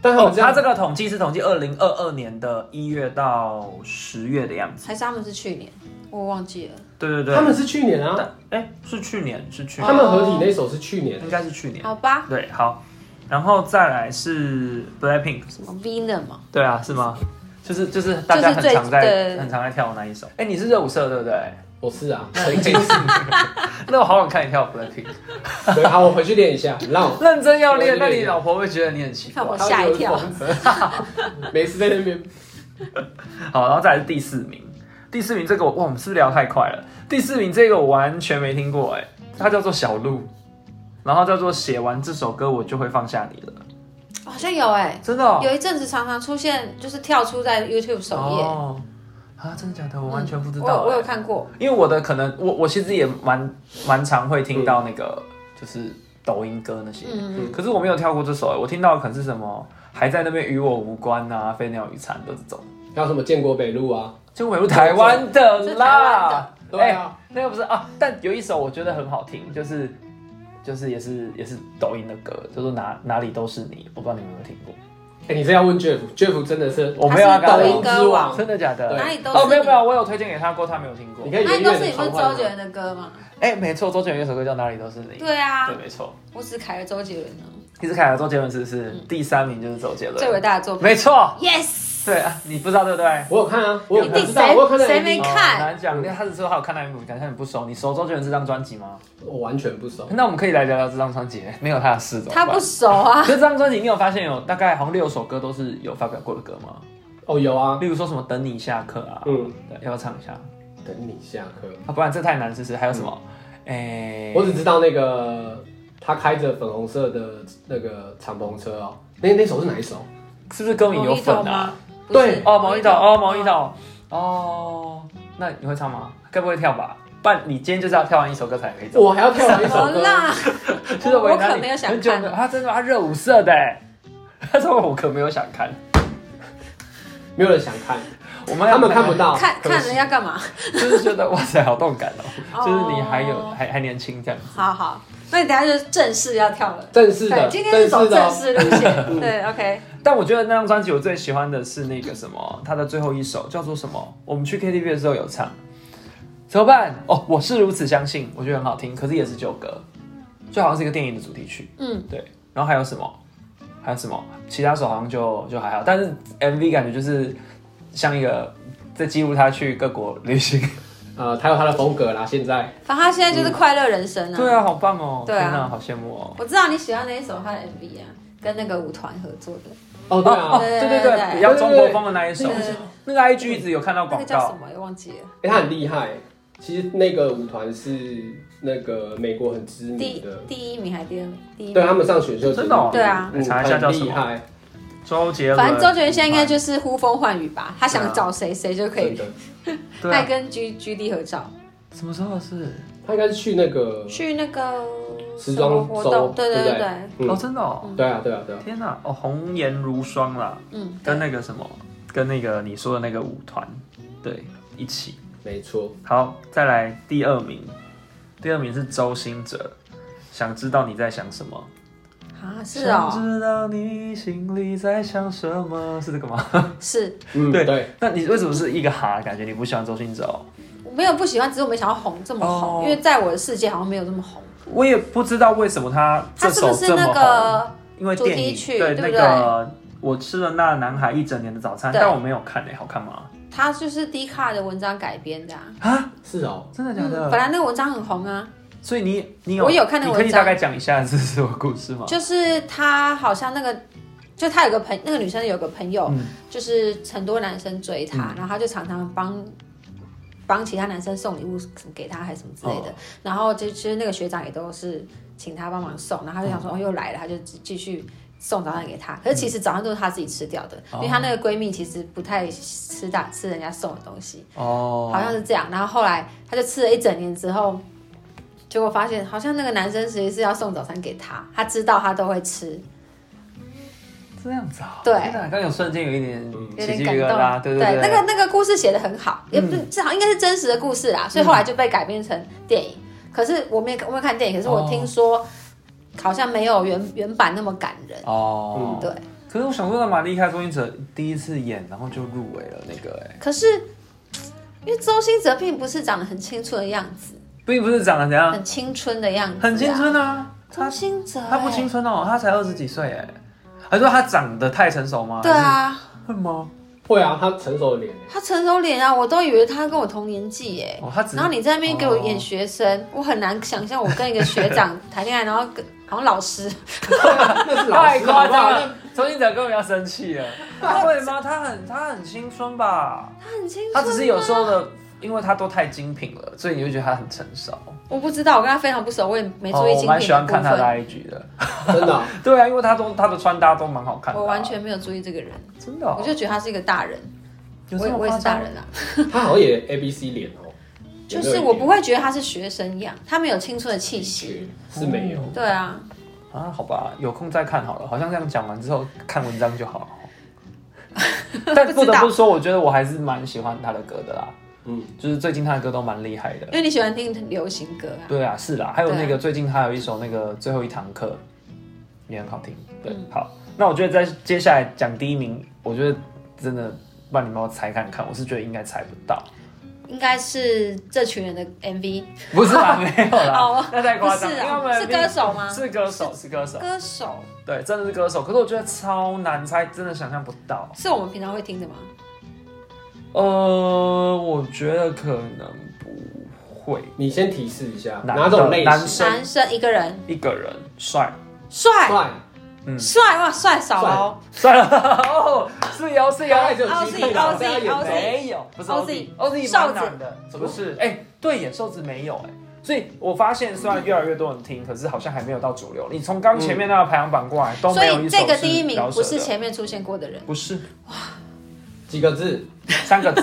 [SPEAKER 3] 但他
[SPEAKER 1] 哦
[SPEAKER 3] 们，这
[SPEAKER 1] 他
[SPEAKER 3] 样
[SPEAKER 1] 这个统计是统计二零二二年的一月到十月的样子。
[SPEAKER 2] 还是他们是去年？我忘记了。
[SPEAKER 1] 对对对，
[SPEAKER 3] 他们是去年啊，
[SPEAKER 1] 但哎、是去年是去
[SPEAKER 3] 他
[SPEAKER 1] 年，
[SPEAKER 3] 们合体那首是去年，
[SPEAKER 1] 应该是去年。
[SPEAKER 2] 好吧，
[SPEAKER 1] 对，好，然后再来是 Blackpink，
[SPEAKER 2] 什么 Venom 嘛？
[SPEAKER 1] 对啊，是吗？就是就是大家很常
[SPEAKER 2] 就是最
[SPEAKER 1] 在
[SPEAKER 2] 对
[SPEAKER 1] 很常在跳的那一首。哎、你是热舞社对不对？
[SPEAKER 3] 我是啊，
[SPEAKER 1] 神经质。 那我好想看你跳 Blackpink，
[SPEAKER 3] 对啊，我回去练一下，你让我
[SPEAKER 1] 认真要练，
[SPEAKER 3] 我
[SPEAKER 1] 那
[SPEAKER 3] 也
[SPEAKER 1] 你老婆会觉得你很奇怪
[SPEAKER 2] 看。我 吓一 跳。，
[SPEAKER 3] 没事在那边。
[SPEAKER 1] 好，然后再来是第四名，第四名这个我哇，我们是不是聊太快了？第四名这个我完全没听过哎、它叫做小鹿，然后叫做写完这首歌我就会放下你了，
[SPEAKER 2] 好像有哎、
[SPEAKER 1] 真的、哦、
[SPEAKER 2] 有一阵子常常出现，就是跳出在 YouTube 首页。嗯
[SPEAKER 1] 哦啊，真的假的？我完全不知
[SPEAKER 2] 我
[SPEAKER 1] 道、
[SPEAKER 2] 我
[SPEAKER 1] 哎
[SPEAKER 2] 有看过，
[SPEAKER 1] 因为我的可能我我其实也蛮蛮常会听到那个、就是抖音歌那些，
[SPEAKER 2] 嗯，
[SPEAKER 1] 可是我没有跳过这首、哎我听到的可能是什么还在那边与我无关啊，飞鸟与蝉的这种，
[SPEAKER 3] 还有什么建国北路啊？
[SPEAKER 1] 就我们台湾的
[SPEAKER 2] 是台湾
[SPEAKER 1] 啦
[SPEAKER 2] 的。
[SPEAKER 3] 对啊，
[SPEAKER 1] 那个不是啊，但有一首我觉得很好听，就是就是也是也是抖音的歌，叫做哪哪里都是你，我不知道你们有没有听过？
[SPEAKER 3] 哎，你这要问 Jeff，Jeff 真的是
[SPEAKER 1] 我没有啊要
[SPEAKER 2] 他是
[SPEAKER 1] 跟
[SPEAKER 2] 抖
[SPEAKER 1] 他
[SPEAKER 2] 音歌王，
[SPEAKER 1] 真的假的？
[SPEAKER 3] 对
[SPEAKER 2] 哪里都是
[SPEAKER 1] 哦，没有
[SPEAKER 2] 你
[SPEAKER 1] 没有，我有推荐给他过，他没有听过
[SPEAKER 3] 你。看
[SPEAKER 2] 那
[SPEAKER 3] 圆
[SPEAKER 2] 你都
[SPEAKER 3] 月
[SPEAKER 2] 是
[SPEAKER 3] 的
[SPEAKER 2] 你不是
[SPEAKER 3] 传
[SPEAKER 2] 周
[SPEAKER 3] 唤
[SPEAKER 2] 杰
[SPEAKER 3] 吗，
[SPEAKER 2] 伦的歌吗？
[SPEAKER 1] 哎、没错，周杰伦有一首歌叫《哪里都是你》，
[SPEAKER 2] 对啊
[SPEAKER 1] 对，，没错。
[SPEAKER 2] 我只凯了周杰伦呢，啊
[SPEAKER 1] 一直看来周杰伦是不是、第三名就是周杰伦？
[SPEAKER 2] 最伟大的作品。
[SPEAKER 1] 没错，
[SPEAKER 2] Yes，
[SPEAKER 1] 对啊，你不知道对不对？
[SPEAKER 3] 我有看啊，我有
[SPEAKER 1] 一
[SPEAKER 3] 看，
[SPEAKER 1] 定
[SPEAKER 3] 我知道，我有看到
[SPEAKER 2] 谁
[SPEAKER 3] MV
[SPEAKER 2] 没
[SPEAKER 1] 哦
[SPEAKER 2] 看
[SPEAKER 1] 难讲，他只说他有看那一部，感觉很不熟。你熟周杰伦这张专辑吗？
[SPEAKER 3] 我完全不熟。
[SPEAKER 1] 那我们可以来聊聊这张专辑，没有他的事怎么
[SPEAKER 2] 他
[SPEAKER 1] 办
[SPEAKER 2] 不熟啊。
[SPEAKER 1] 可是这张专辑，你有发现有大概好像六首歌都是有发表过的歌吗？
[SPEAKER 3] 哦，有啊，
[SPEAKER 1] 例如说什么等你下课啊，
[SPEAKER 3] 嗯，
[SPEAKER 1] 对，要不要唱一下？
[SPEAKER 3] 等你下课。
[SPEAKER 1] 啊，不然这太难，是不是？还有什么？哎、
[SPEAKER 3] 嗯我只知道那个他开着粉红色的那个敞篷车哦，那那首是哪一首？
[SPEAKER 1] 是不是歌迷有粉
[SPEAKER 2] 毛衣头
[SPEAKER 1] 啊
[SPEAKER 2] 吗？
[SPEAKER 3] 对
[SPEAKER 1] 哦，毛衣岛，哦，毛衣，岛，哦，那你会唱吗？该不会跳吧？不然你今天就是要跳完一首歌才可以走。
[SPEAKER 3] 我还要跳完一
[SPEAKER 2] 不是
[SPEAKER 3] 首
[SPEAKER 2] 好
[SPEAKER 3] 歌，
[SPEAKER 2] 啦，
[SPEAKER 1] 就是
[SPEAKER 2] 我
[SPEAKER 1] 为难
[SPEAKER 2] 可
[SPEAKER 1] 你
[SPEAKER 2] 没有想
[SPEAKER 1] 很久
[SPEAKER 2] 看
[SPEAKER 1] 没有他真的他热舞社的欸， 他说我可没有想看，
[SPEAKER 3] 没有人想看，
[SPEAKER 1] 我们要
[SPEAKER 3] 他们看不，到，
[SPEAKER 2] 看
[SPEAKER 3] 可惜
[SPEAKER 2] 看人家干嘛？
[SPEAKER 1] 就是觉得哇塞，好动感哦，
[SPEAKER 2] 哦
[SPEAKER 1] 就是你还有还还年轻这样。
[SPEAKER 2] 好好，那你等下就正式要跳了。
[SPEAKER 3] 正式
[SPEAKER 2] 对，
[SPEAKER 3] 的，
[SPEAKER 2] 今天是走
[SPEAKER 3] 式的
[SPEAKER 2] 正
[SPEAKER 3] 哦，
[SPEAKER 2] 式路线。 对，OK，
[SPEAKER 1] 但我觉得那张专辑我最喜欢的是那个什么，他的最后一首叫做什么？我们去 KTV 的时候有唱，怎么办？哦，我是如此相信，我觉得很好听，可是也是旧歌，就好像是一个电影的主题曲。
[SPEAKER 2] 嗯，
[SPEAKER 1] 对。然后还有什么？还有什么？其他首好像就就还好，但是 MV 感觉就是像一个在记录他去各国旅 行。
[SPEAKER 3] 呃，他有他的风格啦。现在
[SPEAKER 2] 反正他现在就是快乐人生啊。
[SPEAKER 1] 对啊，好棒哦！
[SPEAKER 2] 对啊
[SPEAKER 1] 天哪，好羡慕哦。
[SPEAKER 2] 我知道你喜欢那一首他的 MV 啊，跟那个舞团合作的，
[SPEAKER 3] 哦，对
[SPEAKER 1] 哦哦，
[SPEAKER 3] 啊，
[SPEAKER 1] 对对
[SPEAKER 2] 对对
[SPEAKER 1] 对，
[SPEAKER 2] 对
[SPEAKER 1] 比较中国风的那一首
[SPEAKER 2] 对对对，
[SPEAKER 1] 那个 IG 一直有看到
[SPEAKER 2] 那
[SPEAKER 1] 广
[SPEAKER 2] 个叫
[SPEAKER 1] 告
[SPEAKER 2] 什。么？我忘记了。
[SPEAKER 3] 哎，他很厉害。其实那个舞团是那个美国很知名
[SPEAKER 2] 第
[SPEAKER 3] 的，
[SPEAKER 2] 第一名还是第二名？第一
[SPEAKER 3] 嗯对
[SPEAKER 2] 名。
[SPEAKER 3] 他们上选秀节目
[SPEAKER 1] 真的哦
[SPEAKER 2] 对啊
[SPEAKER 3] 嗯
[SPEAKER 1] 查一下叫
[SPEAKER 3] 很
[SPEAKER 1] 什么
[SPEAKER 3] 厉害，
[SPEAKER 1] 周杰伦，
[SPEAKER 2] 反正周杰伦现在应该就是呼风唤雨吧，他
[SPEAKER 1] 对啊
[SPEAKER 2] 想找谁谁就可
[SPEAKER 3] 真
[SPEAKER 2] 以。
[SPEAKER 3] 的。
[SPEAKER 1] 对
[SPEAKER 2] 他还
[SPEAKER 1] 啊，
[SPEAKER 2] 跟 G G D 合照，
[SPEAKER 1] 什么时候是？
[SPEAKER 3] 他应该是去那个，
[SPEAKER 2] 去那个什
[SPEAKER 3] 时
[SPEAKER 2] 么
[SPEAKER 3] 装
[SPEAKER 2] 活
[SPEAKER 3] 周
[SPEAKER 2] 动，对
[SPEAKER 3] 对
[SPEAKER 2] 对
[SPEAKER 3] 不对
[SPEAKER 2] 对，
[SPEAKER 1] 哦，
[SPEAKER 3] 嗯，
[SPEAKER 1] 真的哦，
[SPEAKER 3] 对啊，对啊，对啊，
[SPEAKER 1] 天哪，哦，红颜如霜啦，
[SPEAKER 2] 嗯，
[SPEAKER 1] 跟那个什么，跟那个你说的那个舞团，对，一起。
[SPEAKER 3] 没错。
[SPEAKER 1] 好，再来第二名，第二名是周兴哲，想知道你在想什么？
[SPEAKER 2] 啊，是哦，
[SPEAKER 1] 想知道你心里在想什么？是这个吗？
[SPEAKER 2] 是
[SPEAKER 3] 嗯，
[SPEAKER 1] 对
[SPEAKER 3] 对，
[SPEAKER 1] 那你为什么是一个哈？感觉你不喜欢周兴哲哦？
[SPEAKER 2] 我没有不喜欢，只是我没想到红这么
[SPEAKER 1] 哦
[SPEAKER 2] 红，因为在我的世界好像没有这么红。
[SPEAKER 1] 我也不知道为什么他这
[SPEAKER 2] 他是
[SPEAKER 1] 首
[SPEAKER 2] 不是
[SPEAKER 1] 这么
[SPEAKER 2] 那
[SPEAKER 1] 红。
[SPEAKER 2] 个
[SPEAKER 1] 因为电影
[SPEAKER 2] 主题曲
[SPEAKER 1] 对
[SPEAKER 2] 对不
[SPEAKER 1] 那个我吃了那男孩一整年的早餐，
[SPEAKER 2] 对
[SPEAKER 1] 但我没有看诶、欸好看吗？
[SPEAKER 2] 他就是低卡的文章改编的、啊？
[SPEAKER 1] 啊，
[SPEAKER 3] 是哦，
[SPEAKER 1] 真的假
[SPEAKER 2] 嗯，
[SPEAKER 1] 的？
[SPEAKER 2] 本来那个文章很红啊，
[SPEAKER 1] 所以你你有
[SPEAKER 2] 我有看那
[SPEAKER 1] 你
[SPEAKER 2] 个
[SPEAKER 1] 可以
[SPEAKER 2] 文章
[SPEAKER 1] 大概讲一下这是什么故事吗？
[SPEAKER 2] 就是他好像那个，就他有个朋，那个女生有个朋友，
[SPEAKER 1] 嗯
[SPEAKER 2] 就是很多男生追她，然后他就常常帮。帮其他男生送礼物给她还是什么之类的，
[SPEAKER 1] 哦
[SPEAKER 2] 然后就其实那个学长也都是请他帮忙送，然后他就想
[SPEAKER 1] 嗯
[SPEAKER 2] 说、哦又来了，他就继续送早餐给她。可是其实早餐都是她自己吃掉的，
[SPEAKER 1] 嗯
[SPEAKER 2] 因为她那个闺蜜其实不太吃大吃人家送的东西。
[SPEAKER 1] 哦，
[SPEAKER 2] 好像是这样。然后后来他就吃了一整年之后，结果发现好像那个男生其实是要送早餐给他，他知道他都会吃，
[SPEAKER 1] 这样子啊、
[SPEAKER 2] 对
[SPEAKER 1] 天哪刚刚有瞬间有一点
[SPEAKER 2] 有
[SPEAKER 1] 嗯起
[SPEAKER 2] 点
[SPEAKER 1] 鸡
[SPEAKER 2] 感
[SPEAKER 1] 皮疙
[SPEAKER 2] 动。
[SPEAKER 1] 瘩，对对，嗯
[SPEAKER 2] 那个那个故事写的很好，也不是至少应该是真实的故事啦，所以后来就被改编成电影。可是我没有我没有看电影，可是我
[SPEAKER 1] 哦
[SPEAKER 2] 听说好像没有原原版那么感人。嗯
[SPEAKER 1] 哦、
[SPEAKER 2] 对，
[SPEAKER 1] 可是我想说，那蛮厉害，周星哲第一次演，然后就入围了那个、欸，
[SPEAKER 2] 可是因为周星哲并不是长得很清楚的样子，
[SPEAKER 1] 并不是长得怎样，
[SPEAKER 2] 很青春的样子、
[SPEAKER 1] 啊很青。春啊，
[SPEAKER 2] 周
[SPEAKER 1] 他
[SPEAKER 2] 星哲、
[SPEAKER 1] 他不青春哦，他才二十几岁哎、欸，还说他长得太成熟吗？
[SPEAKER 2] 对，啊，
[SPEAKER 1] 会吗？
[SPEAKER 3] 会啊，他成熟的脸欸，
[SPEAKER 2] 他成熟脸啊，我都以为他跟我同年纪耶、
[SPEAKER 1] 哦，他只哦
[SPEAKER 2] 然后你在那边给我演学生，我很难想象我跟一个学长谈恋爱，然后跟好像老师，
[SPEAKER 3] 那是老
[SPEAKER 1] 太
[SPEAKER 3] 师
[SPEAKER 1] 夸张
[SPEAKER 3] 好不好
[SPEAKER 1] 了，周星哲根本要生气了。会吗？他很他很青春吧？
[SPEAKER 2] 他很清楚，
[SPEAKER 1] 他只是有时候的，因为他都太精品了，所以你会觉得他很成熟。哦
[SPEAKER 2] 我不知道，我跟他非常不熟，我也没注意
[SPEAKER 1] 我
[SPEAKER 2] 精
[SPEAKER 1] 蛮
[SPEAKER 2] 品
[SPEAKER 1] 喜
[SPEAKER 2] 的
[SPEAKER 1] 欢
[SPEAKER 2] 部
[SPEAKER 1] 看他的
[SPEAKER 2] 分，
[SPEAKER 1] IG 的。
[SPEAKER 3] 真的啊，
[SPEAKER 1] 对啊，因为他都他的穿搭都蛮好看的啊、
[SPEAKER 2] 我完全没有注意这个人，
[SPEAKER 1] 真的哦、
[SPEAKER 2] 我就觉得他是一个大人，啊
[SPEAKER 1] 有
[SPEAKER 2] 我
[SPEAKER 1] 这
[SPEAKER 2] 也
[SPEAKER 1] 么
[SPEAKER 2] 我也
[SPEAKER 1] 夸
[SPEAKER 2] 是大
[SPEAKER 1] 张
[SPEAKER 2] 人啊，
[SPEAKER 3] 他好像也 A B C 脸哦，
[SPEAKER 2] 就是我不会觉得他是学生一样，他没有青春的气息，
[SPEAKER 3] 是没有，
[SPEAKER 2] 对啊，
[SPEAKER 1] 啊？好吧，有空再看好了。好像这样讲完之后看文章就 好了。但不
[SPEAKER 2] 不知
[SPEAKER 1] 得
[SPEAKER 2] 道
[SPEAKER 1] 不说，我觉得我还是蛮喜欢他的歌的啦。
[SPEAKER 3] 嗯，
[SPEAKER 1] 就是最近他的歌都蛮厉害的
[SPEAKER 2] 因。为你喜欢听流行歌啊，
[SPEAKER 1] 对啊，是啦，还有那
[SPEAKER 2] 对
[SPEAKER 1] 个最近他有一首那个最后一堂课也很好听。对，
[SPEAKER 2] 嗯
[SPEAKER 1] 好，那我觉得在接下来讲第一名，我觉得真的不然你们要猜看看，我是觉得应该猜不 到，
[SPEAKER 2] 应该是这群人的 MV
[SPEAKER 1] 不是吧？没有啦
[SPEAKER 2] 哦，
[SPEAKER 1] 那太
[SPEAKER 2] 不
[SPEAKER 1] 夸张
[SPEAKER 2] 是
[SPEAKER 1] 了，因为我
[SPEAKER 2] 啊，
[SPEAKER 1] 们
[SPEAKER 2] 是歌手吗？
[SPEAKER 1] 是歌手，是歌手，
[SPEAKER 2] 歌手
[SPEAKER 1] 对，真的是歌手。可是我觉得超难猜，真的想象不到。
[SPEAKER 2] 是我们平常会听的吗？
[SPEAKER 1] 呃，我觉得可能不会。
[SPEAKER 3] 你先提示一下，
[SPEAKER 1] 男
[SPEAKER 3] 哪种类
[SPEAKER 1] 男
[SPEAKER 3] 型？
[SPEAKER 1] 生
[SPEAKER 2] 男生一个人，
[SPEAKER 1] 一个人帅，
[SPEAKER 2] 帅
[SPEAKER 3] 帅，
[SPEAKER 2] 帅哇，帅少了哦，
[SPEAKER 1] 帅了哦，是瑶 是瑶
[SPEAKER 3] 大概只有机会了，
[SPEAKER 2] Aussie，
[SPEAKER 3] 大家
[SPEAKER 2] Aussie，
[SPEAKER 3] 演
[SPEAKER 2] Aussie
[SPEAKER 1] 没有，不是
[SPEAKER 2] Ozzy
[SPEAKER 1] OZ，OZ
[SPEAKER 2] 瘦
[SPEAKER 1] 蛮
[SPEAKER 2] 子
[SPEAKER 1] 难的，不是？哎、对，演瘦子没有哎、所以我发现虽然越来越多人听，可是好像还没有到主流。你从刚前面那个排行榜过来，都
[SPEAKER 2] 嗯所
[SPEAKER 1] 没有
[SPEAKER 2] 以
[SPEAKER 1] 一首
[SPEAKER 2] 这个
[SPEAKER 1] 是
[SPEAKER 2] 第一名
[SPEAKER 1] 饶舌
[SPEAKER 2] 不是
[SPEAKER 1] 的
[SPEAKER 2] 前面出现过的人，
[SPEAKER 1] 不是
[SPEAKER 3] 几个字，
[SPEAKER 1] 三个 字。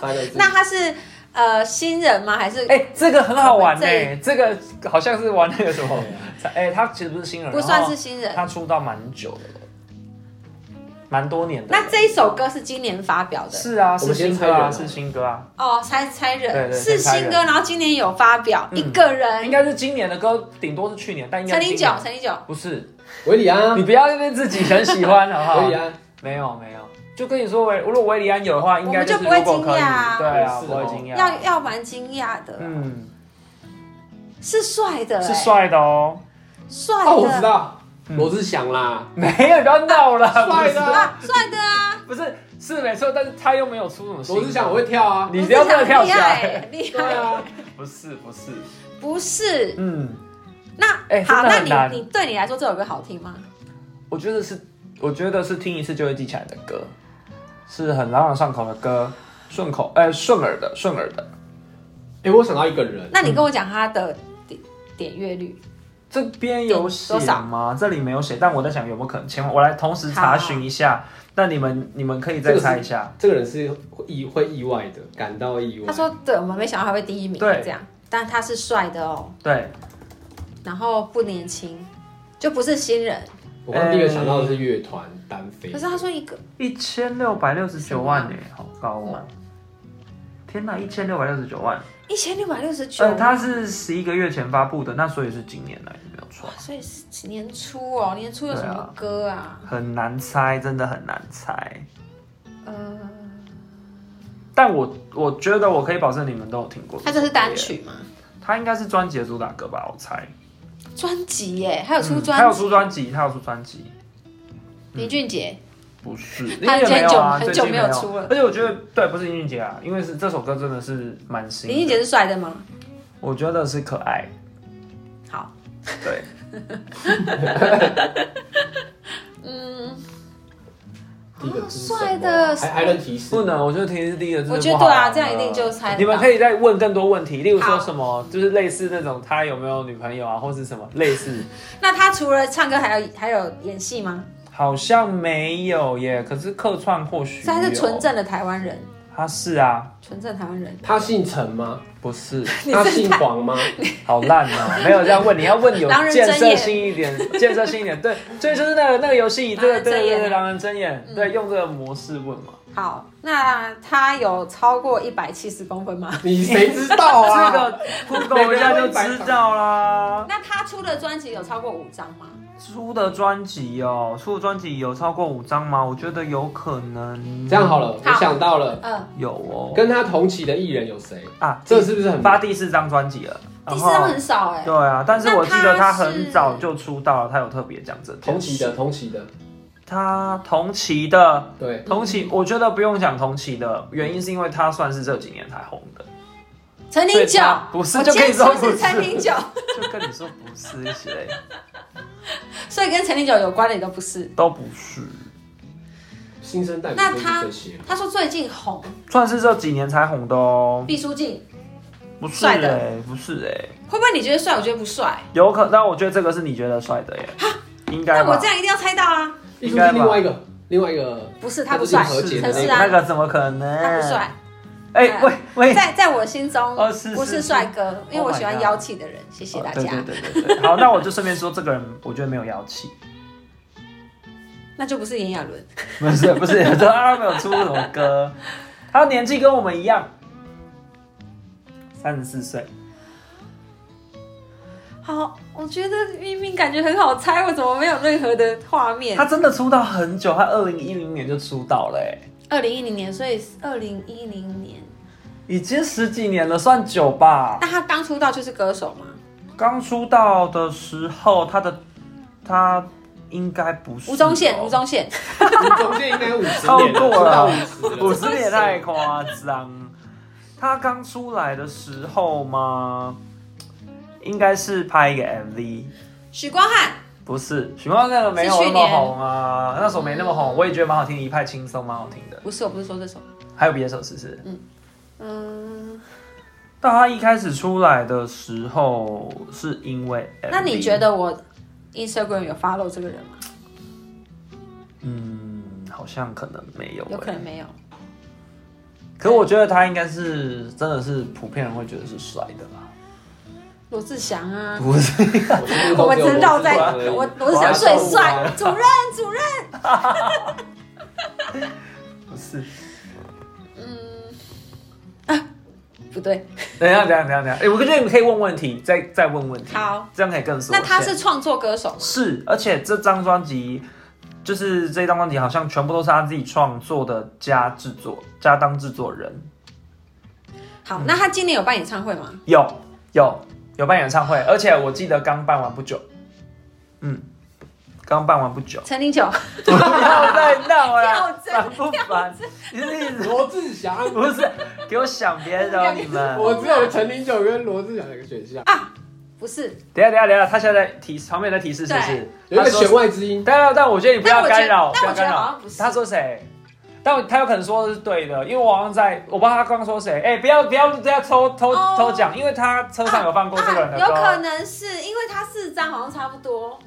[SPEAKER 3] 三个字，
[SPEAKER 2] 那他是呃新人吗？还是
[SPEAKER 1] 哎、这个很好玩
[SPEAKER 2] 我
[SPEAKER 1] 呢、
[SPEAKER 2] 们
[SPEAKER 1] 这个好像是玩那个什么
[SPEAKER 3] 对，
[SPEAKER 1] 哎、哦他其实不是新人，
[SPEAKER 2] 不算是新
[SPEAKER 1] 然后
[SPEAKER 2] 人？
[SPEAKER 1] 他出道蛮久的了，蛮多年的了。
[SPEAKER 2] 那这一首歌是今年发表的
[SPEAKER 1] 是啊，
[SPEAKER 3] 我
[SPEAKER 1] 是
[SPEAKER 3] 们先
[SPEAKER 1] 新
[SPEAKER 3] 猜
[SPEAKER 1] 歌
[SPEAKER 3] 人
[SPEAKER 1] 啊，
[SPEAKER 3] 啊
[SPEAKER 1] 是新歌啊，
[SPEAKER 2] 哦，猜猜人
[SPEAKER 1] 对对
[SPEAKER 2] 是新歌，然后今年有发表
[SPEAKER 1] 嗯
[SPEAKER 2] 一个
[SPEAKER 1] 应
[SPEAKER 2] 人，
[SPEAKER 1] 该是今年的歌，顶多是去年，但应
[SPEAKER 2] 陈
[SPEAKER 1] 该是
[SPEAKER 2] 零
[SPEAKER 1] 今
[SPEAKER 2] 九
[SPEAKER 1] 年，
[SPEAKER 2] 陈零九
[SPEAKER 1] 不是。
[SPEAKER 3] 维里安啊
[SPEAKER 1] 你，不要那边自己很喜欢，好不
[SPEAKER 3] 维
[SPEAKER 1] 好
[SPEAKER 3] 里？安，
[SPEAKER 1] 没有没有，就跟你说维，如果维里安有的话，应该是如果
[SPEAKER 2] 我们就不
[SPEAKER 1] 可
[SPEAKER 2] 会
[SPEAKER 1] 以，
[SPEAKER 2] 惊讶啊
[SPEAKER 1] 对啊，
[SPEAKER 3] 是哦
[SPEAKER 1] 不会惊讶。
[SPEAKER 2] 要要蛮惊讶的，
[SPEAKER 1] 嗯，
[SPEAKER 2] 是帅的，
[SPEAKER 1] 是
[SPEAKER 2] 哎
[SPEAKER 1] 帅的哦。
[SPEAKER 2] 帅
[SPEAKER 3] 哦，我知
[SPEAKER 2] 的
[SPEAKER 3] 道，
[SPEAKER 1] 嗯
[SPEAKER 3] 罗志祥啦，
[SPEAKER 1] 没有，不要闹 了。
[SPEAKER 3] 帅的啊，
[SPEAKER 2] 啊，帅的啊，
[SPEAKER 1] 不是，不是是没错，但是他又没有出什么新歌。
[SPEAKER 3] 罗志祥我会跳啊，
[SPEAKER 1] 你不要这样跳
[SPEAKER 2] 厉
[SPEAKER 1] 起
[SPEAKER 2] 害
[SPEAKER 1] 来。
[SPEAKER 2] 哎厉
[SPEAKER 3] 对
[SPEAKER 2] 害，
[SPEAKER 3] 啊，
[SPEAKER 1] 不是不是，
[SPEAKER 2] 不是
[SPEAKER 1] 嗯，
[SPEAKER 2] 那
[SPEAKER 1] 哎真
[SPEAKER 2] 好，
[SPEAKER 1] 的
[SPEAKER 2] 那
[SPEAKER 1] 很难
[SPEAKER 2] 你你对你来说这首歌好听吗？
[SPEAKER 1] 我觉得是，我觉得是听一次就会记起来的歌，是很朗朗上口的歌，顺口，哎，顺耳的，顺耳的。
[SPEAKER 3] 哎，我想到一个人，
[SPEAKER 2] 那你
[SPEAKER 1] 嗯
[SPEAKER 2] 跟我讲他的点点阅率，
[SPEAKER 1] 这边有写
[SPEAKER 2] 多少
[SPEAKER 1] 吗？这里没有写，但我在想有没有可能前往，我来同时查询一下。那你们你们可以再猜一下，
[SPEAKER 3] 这个人是会意会意外的，感到意外。
[SPEAKER 2] 他说对我们没想到他会第一名，
[SPEAKER 1] 对
[SPEAKER 2] 这样，但他是帅的哦，
[SPEAKER 1] 对，
[SPEAKER 2] 然后不年轻，就不是新人。
[SPEAKER 3] 我刚第一个想到的是乐团单飞
[SPEAKER 2] 可，是他说一个
[SPEAKER 1] 一千六百六十九万呢、好高哦！天哪，一千六百六十九万，
[SPEAKER 2] 一千六百六十九，
[SPEAKER 1] 呃，它是十一个月前发布的，那所以是今年来没有错
[SPEAKER 2] 哇，，所以是年初哦，年初有什么歌啊？
[SPEAKER 1] 很难猜，真的很难猜。
[SPEAKER 2] 呃，
[SPEAKER 1] 但我我觉得我可以保证你们都有听过，
[SPEAKER 2] 他这是单，曲吗？
[SPEAKER 1] 它应该是专辑的主打歌吧，我猜。
[SPEAKER 2] 专辑耶，还有出
[SPEAKER 1] 嗯它
[SPEAKER 2] 专
[SPEAKER 1] 有
[SPEAKER 2] 辑，
[SPEAKER 1] 出专辑，嗯它有出专辑。
[SPEAKER 2] 林俊杰
[SPEAKER 1] 不是，
[SPEAKER 2] 他
[SPEAKER 1] 因为没有啊，
[SPEAKER 2] 很久
[SPEAKER 1] 最近
[SPEAKER 2] 很久没有出了
[SPEAKER 1] 而且我觉得对，不是林俊杰啊，因为是这首歌真的是蛮新的。
[SPEAKER 2] 林俊杰是帅的吗？
[SPEAKER 1] 我觉得是可爱，
[SPEAKER 2] 好，
[SPEAKER 1] 对，
[SPEAKER 3] 第一个是什么
[SPEAKER 2] 哦帅的
[SPEAKER 3] 还还能提示
[SPEAKER 1] 不？能，我觉得提示第一个真的
[SPEAKER 2] 我觉得
[SPEAKER 1] 不好
[SPEAKER 2] 对啊
[SPEAKER 1] 玩
[SPEAKER 2] 这样一定就猜得到
[SPEAKER 1] 你们可以再问更多问题，例如说
[SPEAKER 2] 好
[SPEAKER 1] 什么，就是类似那种他有没有女朋友啊，或是什么类似，
[SPEAKER 2] 那他除了唱歌，还有还有演戏吗？
[SPEAKER 1] 好像没有耶。可是客串或许
[SPEAKER 2] 所以他是
[SPEAKER 1] 有
[SPEAKER 2] 纯，正的台湾人，
[SPEAKER 1] 他是啊，
[SPEAKER 2] 纯正台湾人。
[SPEAKER 3] 他姓陈吗？
[SPEAKER 1] 不是，
[SPEAKER 3] 他姓黄吗？
[SPEAKER 1] 好烂啊！没有这样问，你要问有
[SPEAKER 2] 狼人
[SPEAKER 1] 建
[SPEAKER 2] 睁眼
[SPEAKER 1] 设性一点， 建设性一点。对，所以就是那个那个游戏，对对
[SPEAKER 2] 狼人睁嗯
[SPEAKER 1] 对
[SPEAKER 2] 眼
[SPEAKER 1] 对，狼人睁眼，对，用这个模式问嘛。
[SPEAKER 2] 好，那他有超过一百七十公分吗？
[SPEAKER 3] 你 谁知 道
[SPEAKER 1] 这
[SPEAKER 3] 啊？
[SPEAKER 1] 个 Google 一下就知道啦。
[SPEAKER 2] 那他出的专辑有超过五张吗？
[SPEAKER 1] 出的专辑哦，出的专辑有超过五张吗？我觉得有可能。
[SPEAKER 3] 这样好了，我
[SPEAKER 2] 好
[SPEAKER 3] 想到了，
[SPEAKER 2] 嗯、
[SPEAKER 1] 有哦，
[SPEAKER 3] 跟他同期的艺人有谁？
[SPEAKER 1] 啊，
[SPEAKER 3] 这是不是很
[SPEAKER 1] 发第四张专辑了？
[SPEAKER 2] 第四
[SPEAKER 1] 然
[SPEAKER 2] 张
[SPEAKER 1] 后
[SPEAKER 2] 很少哎、
[SPEAKER 1] 对啊，但是我记得
[SPEAKER 2] 那
[SPEAKER 1] 他
[SPEAKER 2] 他是
[SPEAKER 1] 很早就出道了，他有特别讲这件
[SPEAKER 3] 同
[SPEAKER 1] 事
[SPEAKER 3] 期的，同期的，
[SPEAKER 1] 他同期的，
[SPEAKER 3] 对，
[SPEAKER 1] 同期我觉得不用讲同期的原因，是因为他算是这几年才红的，
[SPEAKER 2] 陈
[SPEAKER 1] 所以
[SPEAKER 2] 廷九
[SPEAKER 1] 他，啊不是
[SPEAKER 2] 我
[SPEAKER 1] 就可以
[SPEAKER 2] 坚持
[SPEAKER 1] 说不
[SPEAKER 2] 是陈廷九，
[SPEAKER 1] 就跟你说不是一些
[SPEAKER 2] 所以跟陈廷九有关的也都不是。
[SPEAKER 1] 都不是，
[SPEAKER 3] 新生代
[SPEAKER 2] 那
[SPEAKER 3] 不
[SPEAKER 2] 他
[SPEAKER 3] 是这些，
[SPEAKER 2] 他说最近红
[SPEAKER 1] 算是这几年才红的哦，
[SPEAKER 2] 毕书尽，
[SPEAKER 1] 不是哎、
[SPEAKER 2] 帅的
[SPEAKER 1] 不是哎、
[SPEAKER 2] 会不会你觉得帅？我觉得不帅。
[SPEAKER 1] 有可，但我觉得这个是你觉得帅的耶，应该
[SPEAKER 2] 那我
[SPEAKER 1] 吧
[SPEAKER 2] 这？样一定要猜到啊！
[SPEAKER 3] 艺
[SPEAKER 1] 应
[SPEAKER 3] 术
[SPEAKER 1] 该吧
[SPEAKER 3] 是另外一个，另外一个
[SPEAKER 2] 不是他不帅，
[SPEAKER 3] 那就是
[SPEAKER 2] 陈
[SPEAKER 3] 和解
[SPEAKER 2] 是
[SPEAKER 3] 的
[SPEAKER 1] 那
[SPEAKER 2] 啊，
[SPEAKER 1] 个怎么可
[SPEAKER 2] 他
[SPEAKER 1] 能？
[SPEAKER 2] 不帅。
[SPEAKER 1] 哎、
[SPEAKER 2] 嗯
[SPEAKER 1] 喂喂，
[SPEAKER 2] 在在我心中
[SPEAKER 1] 哦是
[SPEAKER 2] 不
[SPEAKER 1] 是是
[SPEAKER 2] 是帅哥，因为
[SPEAKER 1] Oh
[SPEAKER 2] 我
[SPEAKER 1] my
[SPEAKER 2] 喜欢
[SPEAKER 1] God 哦
[SPEAKER 2] 妖气的人。谢谢大
[SPEAKER 1] 对对
[SPEAKER 2] 家，
[SPEAKER 1] 对对对，好，那我就顺便说，这个人我觉得没有妖气，
[SPEAKER 2] 那就不是炎亚纶。
[SPEAKER 1] 不是不是， 这他没有出什么歌，他年纪跟我们一样，三十四岁，
[SPEAKER 2] 好，我觉得明明感觉很好猜，我怎么没有任何的画面
[SPEAKER 1] 他？真的出道很久，他二零一零年就出道了、哎，
[SPEAKER 2] 二零一零年，所以二零一零年，
[SPEAKER 1] 已经十几年了，算久吧
[SPEAKER 2] 那。他刚出道就是歌手吗？
[SPEAKER 1] 刚出道的时候，他的他应该不是、
[SPEAKER 2] 吴宗宪，吴宗宪，
[SPEAKER 3] 吴宗宪应该五十
[SPEAKER 1] 超
[SPEAKER 3] 年
[SPEAKER 1] 过
[SPEAKER 3] 了，
[SPEAKER 1] 了
[SPEAKER 3] 出道
[SPEAKER 1] 五
[SPEAKER 3] 五
[SPEAKER 1] 十
[SPEAKER 3] 十
[SPEAKER 1] 年
[SPEAKER 3] 年
[SPEAKER 1] 太夸张。他刚出来的时候吗？应该是拍一个 MV，
[SPEAKER 2] 许光汉，
[SPEAKER 1] 不是许光汉那个没有那么红啊，那首没
[SPEAKER 2] 嗯
[SPEAKER 1] 那么红，我也觉得蛮好听的，一派轻松蛮好听的。
[SPEAKER 2] 不是，我不是说这首，
[SPEAKER 1] 还有别的首是不是？
[SPEAKER 2] 嗯，
[SPEAKER 1] 但他一开始出来的时候是因为 MV,
[SPEAKER 2] 那你觉？得我 Instagram 有 follow 这个人吗？
[SPEAKER 1] 嗯，好像可能没有、欸，
[SPEAKER 2] 有可能没有。
[SPEAKER 1] 可我觉得他应该是真的是普遍人会觉得是帅的啦，
[SPEAKER 2] 罗志祥啊，
[SPEAKER 1] 不是？
[SPEAKER 2] 我们只绕在
[SPEAKER 3] 我
[SPEAKER 2] 我我是想睡帅，主任主任，
[SPEAKER 1] 不是。
[SPEAKER 2] 嗯，啊，不对，
[SPEAKER 1] 等一下，等一下，等一下，等一下。哎、我觉得你们可以问问题，再再问问题，
[SPEAKER 2] 好，
[SPEAKER 1] 这样可以更熟悉。
[SPEAKER 2] 那他是创作歌手吗，
[SPEAKER 1] 是，而且这张专辑就是这张专辑好像全部都是他自己创作的加制作加当制作人，嗯
[SPEAKER 2] 好，那他今年有办演唱会吗？。
[SPEAKER 1] 有有有办演唱会，而且我记得刚办完不久，嗯，刚办完不久
[SPEAKER 2] 陈零九，
[SPEAKER 1] 不要再闹
[SPEAKER 2] 跳
[SPEAKER 1] 了，
[SPEAKER 2] 针
[SPEAKER 1] 烦不烦？你是一直
[SPEAKER 3] 罗志祥，
[SPEAKER 1] 不是给我想别的哦，你们。
[SPEAKER 3] 我只有陈零九跟罗志祥的一个选
[SPEAKER 2] 啊
[SPEAKER 3] 项，
[SPEAKER 2] 不是，
[SPEAKER 1] 等一下，等一下，等一下，他现在在提旁边有在提示是不是
[SPEAKER 2] 对？
[SPEAKER 3] 有
[SPEAKER 1] 他
[SPEAKER 3] 一个
[SPEAKER 1] 说
[SPEAKER 3] 弦外之音，
[SPEAKER 1] 但但我觉得你不要干扰，
[SPEAKER 2] 但
[SPEAKER 1] 不
[SPEAKER 2] 我
[SPEAKER 1] 要干
[SPEAKER 2] 觉得但我觉得好
[SPEAKER 1] 扰
[SPEAKER 2] 像不。是
[SPEAKER 1] 他说谁？但他有可能说的是对的，因为我好像在，我不知道他刚刚说谁。哎、不要不要不要偷偷、
[SPEAKER 2] 哦
[SPEAKER 1] 偷讲，因为他车上有放过这个人的
[SPEAKER 2] 啊有
[SPEAKER 1] 歌。
[SPEAKER 2] 可能是因为他四张好像差不多，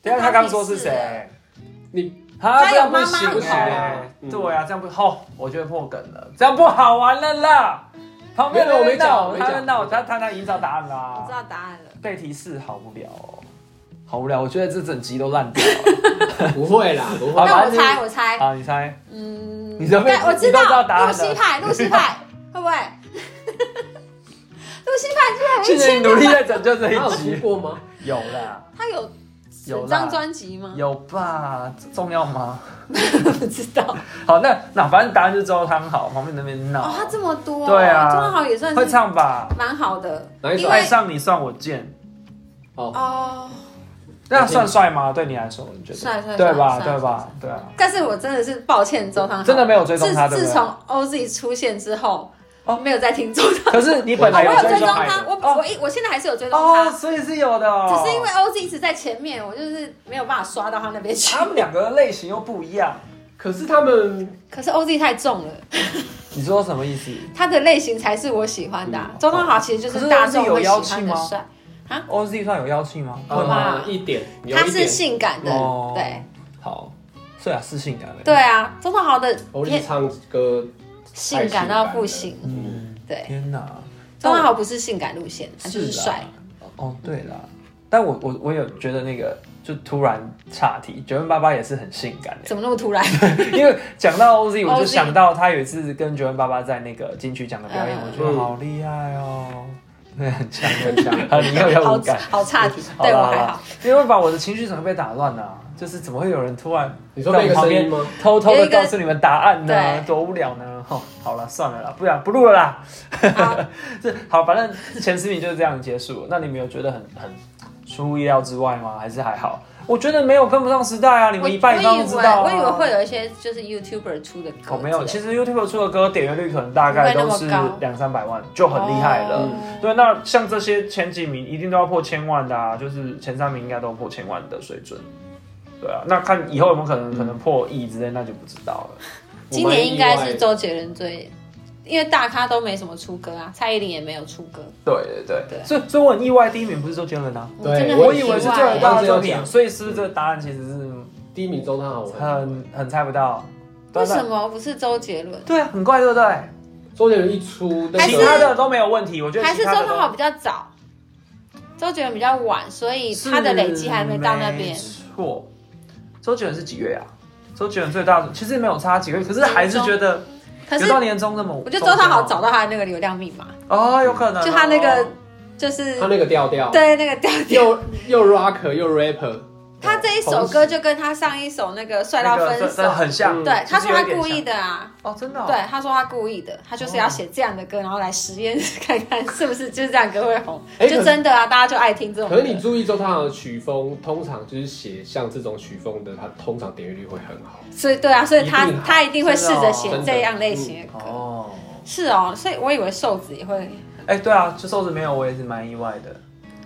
[SPEAKER 1] 等一下他刚说是谁？
[SPEAKER 3] 你
[SPEAKER 1] 啊
[SPEAKER 2] 他
[SPEAKER 1] 这
[SPEAKER 2] 有
[SPEAKER 1] 样
[SPEAKER 2] 妈
[SPEAKER 1] 不
[SPEAKER 2] 妈
[SPEAKER 1] 行
[SPEAKER 2] 不
[SPEAKER 3] 行
[SPEAKER 1] 哎、
[SPEAKER 3] 啊嗯
[SPEAKER 1] 对啊，这样不好、我觉得破梗了，这样不好玩了啦。旁边
[SPEAKER 3] 没有
[SPEAKER 1] 人
[SPEAKER 3] 我没
[SPEAKER 1] 在闹，
[SPEAKER 3] 讲我没
[SPEAKER 1] 他在
[SPEAKER 3] 讲
[SPEAKER 1] 闹，他他他已经找答案
[SPEAKER 2] 我知
[SPEAKER 1] 啦。
[SPEAKER 2] 道答案了。
[SPEAKER 1] 被提示好无聊哦，好无聊，我觉得这整集都烂掉 了。
[SPEAKER 3] 不 会啦，不
[SPEAKER 1] 好
[SPEAKER 2] 那
[SPEAKER 3] 会，
[SPEAKER 1] 吧
[SPEAKER 2] 我猜，我猜，
[SPEAKER 1] 好，你猜，
[SPEAKER 2] 嗯，
[SPEAKER 1] 你这边
[SPEAKER 2] 对我
[SPEAKER 1] 你
[SPEAKER 2] 知
[SPEAKER 1] 都知道
[SPEAKER 2] 道
[SPEAKER 1] 答案了
[SPEAKER 2] 露西派，露西 派会不 会？露西派居然
[SPEAKER 1] 谢
[SPEAKER 2] 一
[SPEAKER 1] 谢你
[SPEAKER 2] 千
[SPEAKER 1] 努
[SPEAKER 2] 六
[SPEAKER 1] 力
[SPEAKER 2] 百，
[SPEAKER 1] 在拯救这
[SPEAKER 3] 他有
[SPEAKER 1] 一
[SPEAKER 3] 出
[SPEAKER 1] 集。
[SPEAKER 3] 过吗？
[SPEAKER 1] 有啦，
[SPEAKER 2] 他有十
[SPEAKER 1] 有啦
[SPEAKER 2] 张专辑吗？
[SPEAKER 1] 有吧？这重要吗？
[SPEAKER 2] 不知道
[SPEAKER 1] 好，那那反正答案就是周汤好，旁边那边闹。
[SPEAKER 2] 哦，他这么多，
[SPEAKER 1] 对啊
[SPEAKER 2] 正好也算
[SPEAKER 1] 会
[SPEAKER 2] 是
[SPEAKER 1] 唱吧？
[SPEAKER 2] 蛮好的，
[SPEAKER 3] 哪一
[SPEAKER 2] 因
[SPEAKER 3] 首哎
[SPEAKER 1] 爱
[SPEAKER 2] 为
[SPEAKER 1] 上你算我贱，
[SPEAKER 3] 哦，
[SPEAKER 2] 哦。
[SPEAKER 1] 那算帅吗？对你来说，你觉得？
[SPEAKER 2] 帅帅帅
[SPEAKER 1] 对吧？
[SPEAKER 2] 帅
[SPEAKER 1] 对吧？对啊。
[SPEAKER 2] 但是我真的是抱歉，周汤豪
[SPEAKER 1] 真的没有追踪他
[SPEAKER 2] 自
[SPEAKER 1] 对不对
[SPEAKER 2] 自从 OZ 出现之后，
[SPEAKER 1] 哦
[SPEAKER 2] 哦，没有再听周汤
[SPEAKER 1] 可是你本
[SPEAKER 2] 豪。
[SPEAKER 1] 来
[SPEAKER 2] 哦，我有
[SPEAKER 1] 追
[SPEAKER 2] 追踪
[SPEAKER 1] 他
[SPEAKER 2] 他，
[SPEAKER 1] 的
[SPEAKER 2] 我我一我现在还是有追踪
[SPEAKER 1] 哦，
[SPEAKER 2] 他，
[SPEAKER 1] 所以是有的哦。
[SPEAKER 2] 只是因为 OZ 一直在前面，我就是没有办法刷到他那边 去。
[SPEAKER 1] 他们两个类型又不一样。
[SPEAKER 3] 可是他们
[SPEAKER 2] 可是 OZ 太重了，
[SPEAKER 1] 你说什么意思
[SPEAKER 2] 他的类型才是我喜欢的啊。周汤豪其实
[SPEAKER 1] 嗯
[SPEAKER 2] 就
[SPEAKER 1] 哦可是
[SPEAKER 2] 是大众
[SPEAKER 1] OZ 有
[SPEAKER 2] 会喜
[SPEAKER 1] 妖气
[SPEAKER 2] 欢的
[SPEAKER 1] 吗
[SPEAKER 2] 帅，
[SPEAKER 1] ？OZ 算有妖气吗？
[SPEAKER 2] 会吗
[SPEAKER 3] 呃一点，有
[SPEAKER 2] 他
[SPEAKER 3] 一
[SPEAKER 2] 是
[SPEAKER 3] 点，
[SPEAKER 2] 性感的
[SPEAKER 1] 哦，
[SPEAKER 2] 对
[SPEAKER 1] 好，是啊，是性感的。
[SPEAKER 2] 对啊，周汤豪的
[SPEAKER 3] 欧丽
[SPEAKER 2] 也
[SPEAKER 3] 哦唱歌，
[SPEAKER 2] 性感到不行，
[SPEAKER 1] 嗯，
[SPEAKER 2] 对，
[SPEAKER 1] 天哪！
[SPEAKER 2] 周汤豪不是性感路线，他就是
[SPEAKER 1] 是啊
[SPEAKER 2] 帅。
[SPEAKER 1] 哦，对啦，但我我我有觉得那个就突然岔题，九零八八也是很性感的，
[SPEAKER 2] 怎么那么突然？
[SPEAKER 1] 因为讲到 OZ，我就
[SPEAKER 2] OZ
[SPEAKER 1] 想到他有一次跟九零八八在那个金曲奖的表演，
[SPEAKER 2] 嗯
[SPEAKER 1] 我觉得好厉害哦， 对，很强
[SPEAKER 3] 很
[SPEAKER 1] 很
[SPEAKER 3] 强
[SPEAKER 1] 强，你又要
[SPEAKER 2] 好
[SPEAKER 1] 无感，
[SPEAKER 2] 好差题，对我还好。，
[SPEAKER 1] 因为把我的情绪整个被打乱了、啊就是怎么会有人突然
[SPEAKER 3] 你说那
[SPEAKER 1] 在
[SPEAKER 3] 个
[SPEAKER 1] 我旁
[SPEAKER 3] 声
[SPEAKER 1] 边
[SPEAKER 3] 音吗？
[SPEAKER 1] 偷偷
[SPEAKER 2] 有
[SPEAKER 1] 的
[SPEAKER 2] 一个
[SPEAKER 1] 告诉你们答案呢？
[SPEAKER 2] 对
[SPEAKER 1] 多无聊呢！哦，好了，算了啦，不然不录了啦。
[SPEAKER 2] 好
[SPEAKER 1] 这好，反正前十名就是这样结束。那你们有觉得很很出乎意料之外吗？还是还好？我觉得没有跟不上时代啊，你
[SPEAKER 2] 我
[SPEAKER 1] 们一半一半都知道、啊
[SPEAKER 2] 我以为我以为会有一些就是 YouTuber 出的歌之类的，
[SPEAKER 1] 哦，没有，其实 YouTube 出的歌点阅率可能大概都是
[SPEAKER 2] 不会那么高
[SPEAKER 1] 两三百万，就很厉害了。
[SPEAKER 2] 哦
[SPEAKER 1] 对，那像这些前几名一定都要破千万的啊，就是前三名应该都破千万的水准。对啊，那看以后有没有可能可能破亿之类，那就不知道了。
[SPEAKER 2] 今年应该是周杰伦最，因为大咖都没什么出歌啊，蔡依林也没有出歌，
[SPEAKER 1] 对对对，
[SPEAKER 2] 对
[SPEAKER 1] 所以所以我很意外，第一名不是周杰伦啊，
[SPEAKER 3] 对
[SPEAKER 2] 真的很
[SPEAKER 1] 我以为是周
[SPEAKER 2] 意外
[SPEAKER 1] 杰伦
[SPEAKER 3] 大
[SPEAKER 1] 到
[SPEAKER 3] 家
[SPEAKER 1] 周
[SPEAKER 3] 都
[SPEAKER 1] 杰
[SPEAKER 3] 讲
[SPEAKER 1] 伦，所以是不是这个答案其实是
[SPEAKER 3] 第一名周汤豪，我很
[SPEAKER 1] 很很猜不到。对
[SPEAKER 2] 为
[SPEAKER 1] 啊
[SPEAKER 2] 什？么不是周杰伦？
[SPEAKER 1] 对啊，很怪，对不对？
[SPEAKER 3] 周杰伦一出，那
[SPEAKER 2] 还
[SPEAKER 3] 个
[SPEAKER 2] 是
[SPEAKER 1] 其他的都没有问题，我觉得
[SPEAKER 2] 还是
[SPEAKER 1] 其
[SPEAKER 2] 周
[SPEAKER 1] 他的都
[SPEAKER 2] 汤豪比较早，周杰伦比较晚，所以他的累积还没到那边
[SPEAKER 1] 是。没错，周杰伦是几月啊？周杰伦最大的其实没有差几个月，可是还是觉得
[SPEAKER 2] 可是
[SPEAKER 1] 有到年终那么。
[SPEAKER 2] 我觉得周汤豪找到他的那个流量密码，
[SPEAKER 1] 哦，有可能哦
[SPEAKER 2] 就他那个就是
[SPEAKER 3] 他那个调调，
[SPEAKER 2] 对那个调调。
[SPEAKER 3] 又又 rock 又 rapper，
[SPEAKER 2] 他这一首歌就跟他上一首那个帅到
[SPEAKER 1] 那
[SPEAKER 2] 分
[SPEAKER 1] 个真
[SPEAKER 2] 手，
[SPEAKER 1] 的很像，
[SPEAKER 3] 嗯
[SPEAKER 2] 对，他
[SPEAKER 1] 其实有
[SPEAKER 2] 说他
[SPEAKER 1] 一点
[SPEAKER 2] 故意
[SPEAKER 1] 像
[SPEAKER 2] 的啊，
[SPEAKER 1] 哦，真的哦
[SPEAKER 2] 对，他说他故意的，他就是要写这样的歌，然后来实验看看是不是就是这样歌会红，
[SPEAKER 3] 哎可
[SPEAKER 2] 就真的啊，大家就爱听这种歌。
[SPEAKER 3] 可是你注意周汤豪的曲风，通常就是写像这种曲风的，他通常点阅率会很好。
[SPEAKER 2] 所以对啊，所以他
[SPEAKER 3] 一定啊
[SPEAKER 2] 他一定会试着写
[SPEAKER 3] 真的哦
[SPEAKER 2] 这样类型的歌。
[SPEAKER 1] 哦，
[SPEAKER 2] 是哦，所以我以为瘦子也会，
[SPEAKER 1] 哎，对啊，就瘦子没有，我也是蛮意外的。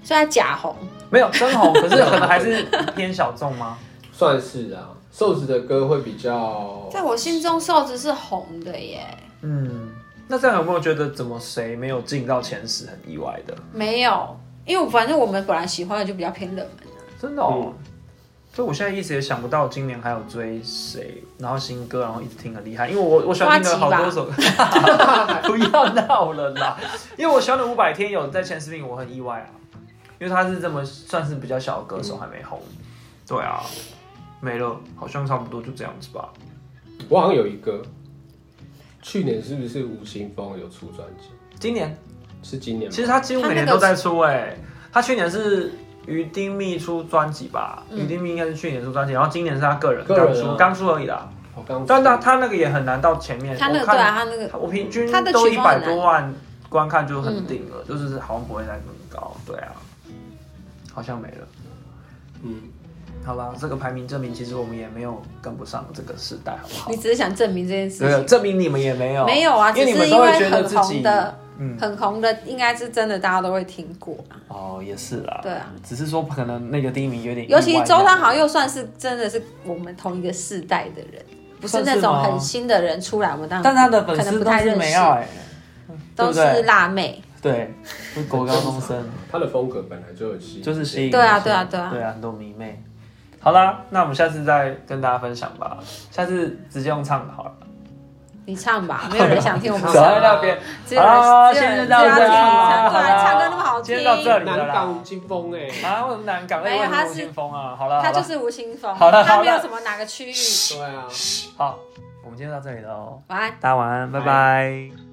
[SPEAKER 2] 所以他假红，
[SPEAKER 1] 没有真红，可是可能还是偏小众吗？
[SPEAKER 3] 算是啊，瘦子的歌会比较，
[SPEAKER 2] 在我心中瘦子是红的耶，
[SPEAKER 1] 嗯，那这样有没有觉得怎么谁没有进到前十很意外的？
[SPEAKER 2] 没有，因为我反正我们本来喜欢的就比较偏冷门啊。
[SPEAKER 1] 真的哦。所以我现在一直也想不到今年还有追谁，然后新歌，然后一直听很厉害，因为我我喜欢听的好多首歌， 不要闹了啦！因为我喜欢的伍佰天有在前十名，我很意外啊，因为他是这么算是比较小的歌手，还没红。对啊，没了，好像差不多就这样子吧。
[SPEAKER 3] 我好像有一个，去年是不是吴青峰有出专辑？
[SPEAKER 1] 今年
[SPEAKER 3] 是今年吗
[SPEAKER 1] 其？实他几乎每年都在出哎、他去年是于丁密出专辑吧，于、丁密应该是去年出专辑，然后今年是他个人
[SPEAKER 3] 个人
[SPEAKER 1] 刚
[SPEAKER 3] 啊
[SPEAKER 1] 出刚出而已啦。
[SPEAKER 3] 我刚
[SPEAKER 1] 但他他那个也很难到前面，
[SPEAKER 2] 他那个
[SPEAKER 1] 我
[SPEAKER 2] 对
[SPEAKER 1] 看
[SPEAKER 2] 啊，他那个
[SPEAKER 1] 我平均
[SPEAKER 2] 他的
[SPEAKER 1] 都
[SPEAKER 2] 曲
[SPEAKER 1] 一
[SPEAKER 2] 风很
[SPEAKER 1] 百
[SPEAKER 2] 难嗯
[SPEAKER 1] 多万观看就很顶了，就是好像不会再更高，对啊，好像没了。
[SPEAKER 3] 嗯，
[SPEAKER 1] 好吧，这个排名证明其实我们也没有跟不上这个时代，好不好
[SPEAKER 2] 你？只是想证明这件事
[SPEAKER 1] 没有
[SPEAKER 2] 情，
[SPEAKER 1] 证明你们也没有，
[SPEAKER 2] 没有啊，只
[SPEAKER 1] 因为你
[SPEAKER 2] 是
[SPEAKER 1] 们
[SPEAKER 2] 因
[SPEAKER 1] 都会
[SPEAKER 2] 为
[SPEAKER 1] 觉得
[SPEAKER 2] 很
[SPEAKER 1] 自
[SPEAKER 2] 红
[SPEAKER 1] 己
[SPEAKER 2] 的，
[SPEAKER 1] 嗯
[SPEAKER 2] 很红的应该是真的，大家都会听过啊。
[SPEAKER 1] 哦，也是啦，
[SPEAKER 2] 对啊，
[SPEAKER 1] 只是说可能那个第一名有点意外，
[SPEAKER 2] 尤其周汤豪又算是真的是我们同一个世代的人，不是那
[SPEAKER 1] 算是
[SPEAKER 2] 种
[SPEAKER 1] 吗
[SPEAKER 2] 很新的人出来，我们当然
[SPEAKER 1] 但他的粉
[SPEAKER 2] 可能
[SPEAKER 1] 丝
[SPEAKER 2] 不
[SPEAKER 1] 都
[SPEAKER 2] 太
[SPEAKER 1] 是
[SPEAKER 2] 认
[SPEAKER 1] 梅
[SPEAKER 2] 识，
[SPEAKER 1] 奥哎，对
[SPEAKER 2] 都
[SPEAKER 1] 不对
[SPEAKER 2] 是辣妹。
[SPEAKER 1] 对，是国高中生，
[SPEAKER 3] 他的风格本来就有吸引，
[SPEAKER 1] 就是吸引
[SPEAKER 2] 对啊
[SPEAKER 1] 人
[SPEAKER 2] 对啊对啊
[SPEAKER 1] 对啊，很多迷妹。好啦，那我们下次再跟大家分享吧，下次直接用唱的好了。
[SPEAKER 2] 你唱吧，没有人想听我们
[SPEAKER 1] 走
[SPEAKER 3] 好
[SPEAKER 1] 在
[SPEAKER 3] 了
[SPEAKER 2] 唱，啊
[SPEAKER 1] 那边，
[SPEAKER 2] 只有人
[SPEAKER 1] 好，
[SPEAKER 2] 只有
[SPEAKER 1] 先
[SPEAKER 2] 人
[SPEAKER 1] 就
[SPEAKER 2] 只有
[SPEAKER 1] 到
[SPEAKER 2] 人
[SPEAKER 1] 这
[SPEAKER 2] 听
[SPEAKER 1] 里
[SPEAKER 2] 你唱，
[SPEAKER 1] 啦，
[SPEAKER 2] 对啊，唱歌那么好
[SPEAKER 1] 今
[SPEAKER 2] 听
[SPEAKER 1] 天，到这里了
[SPEAKER 3] 南港
[SPEAKER 1] 啦。
[SPEAKER 3] 吴青峰哎，
[SPEAKER 1] 啊，为什么南港？
[SPEAKER 2] 没有
[SPEAKER 1] 为什么
[SPEAKER 2] 他
[SPEAKER 1] 吴
[SPEAKER 2] 是
[SPEAKER 1] 青峰啊？好了，好
[SPEAKER 2] 他就
[SPEAKER 1] 了，
[SPEAKER 2] 是吴青峰，
[SPEAKER 1] 好了
[SPEAKER 2] 他
[SPEAKER 1] 好
[SPEAKER 2] 没有
[SPEAKER 1] 了
[SPEAKER 2] 什么哪个区域。
[SPEAKER 3] 对啊。
[SPEAKER 1] 好，我们今天到这里了哦，
[SPEAKER 2] 晚安。
[SPEAKER 1] 大家晚安，拜拜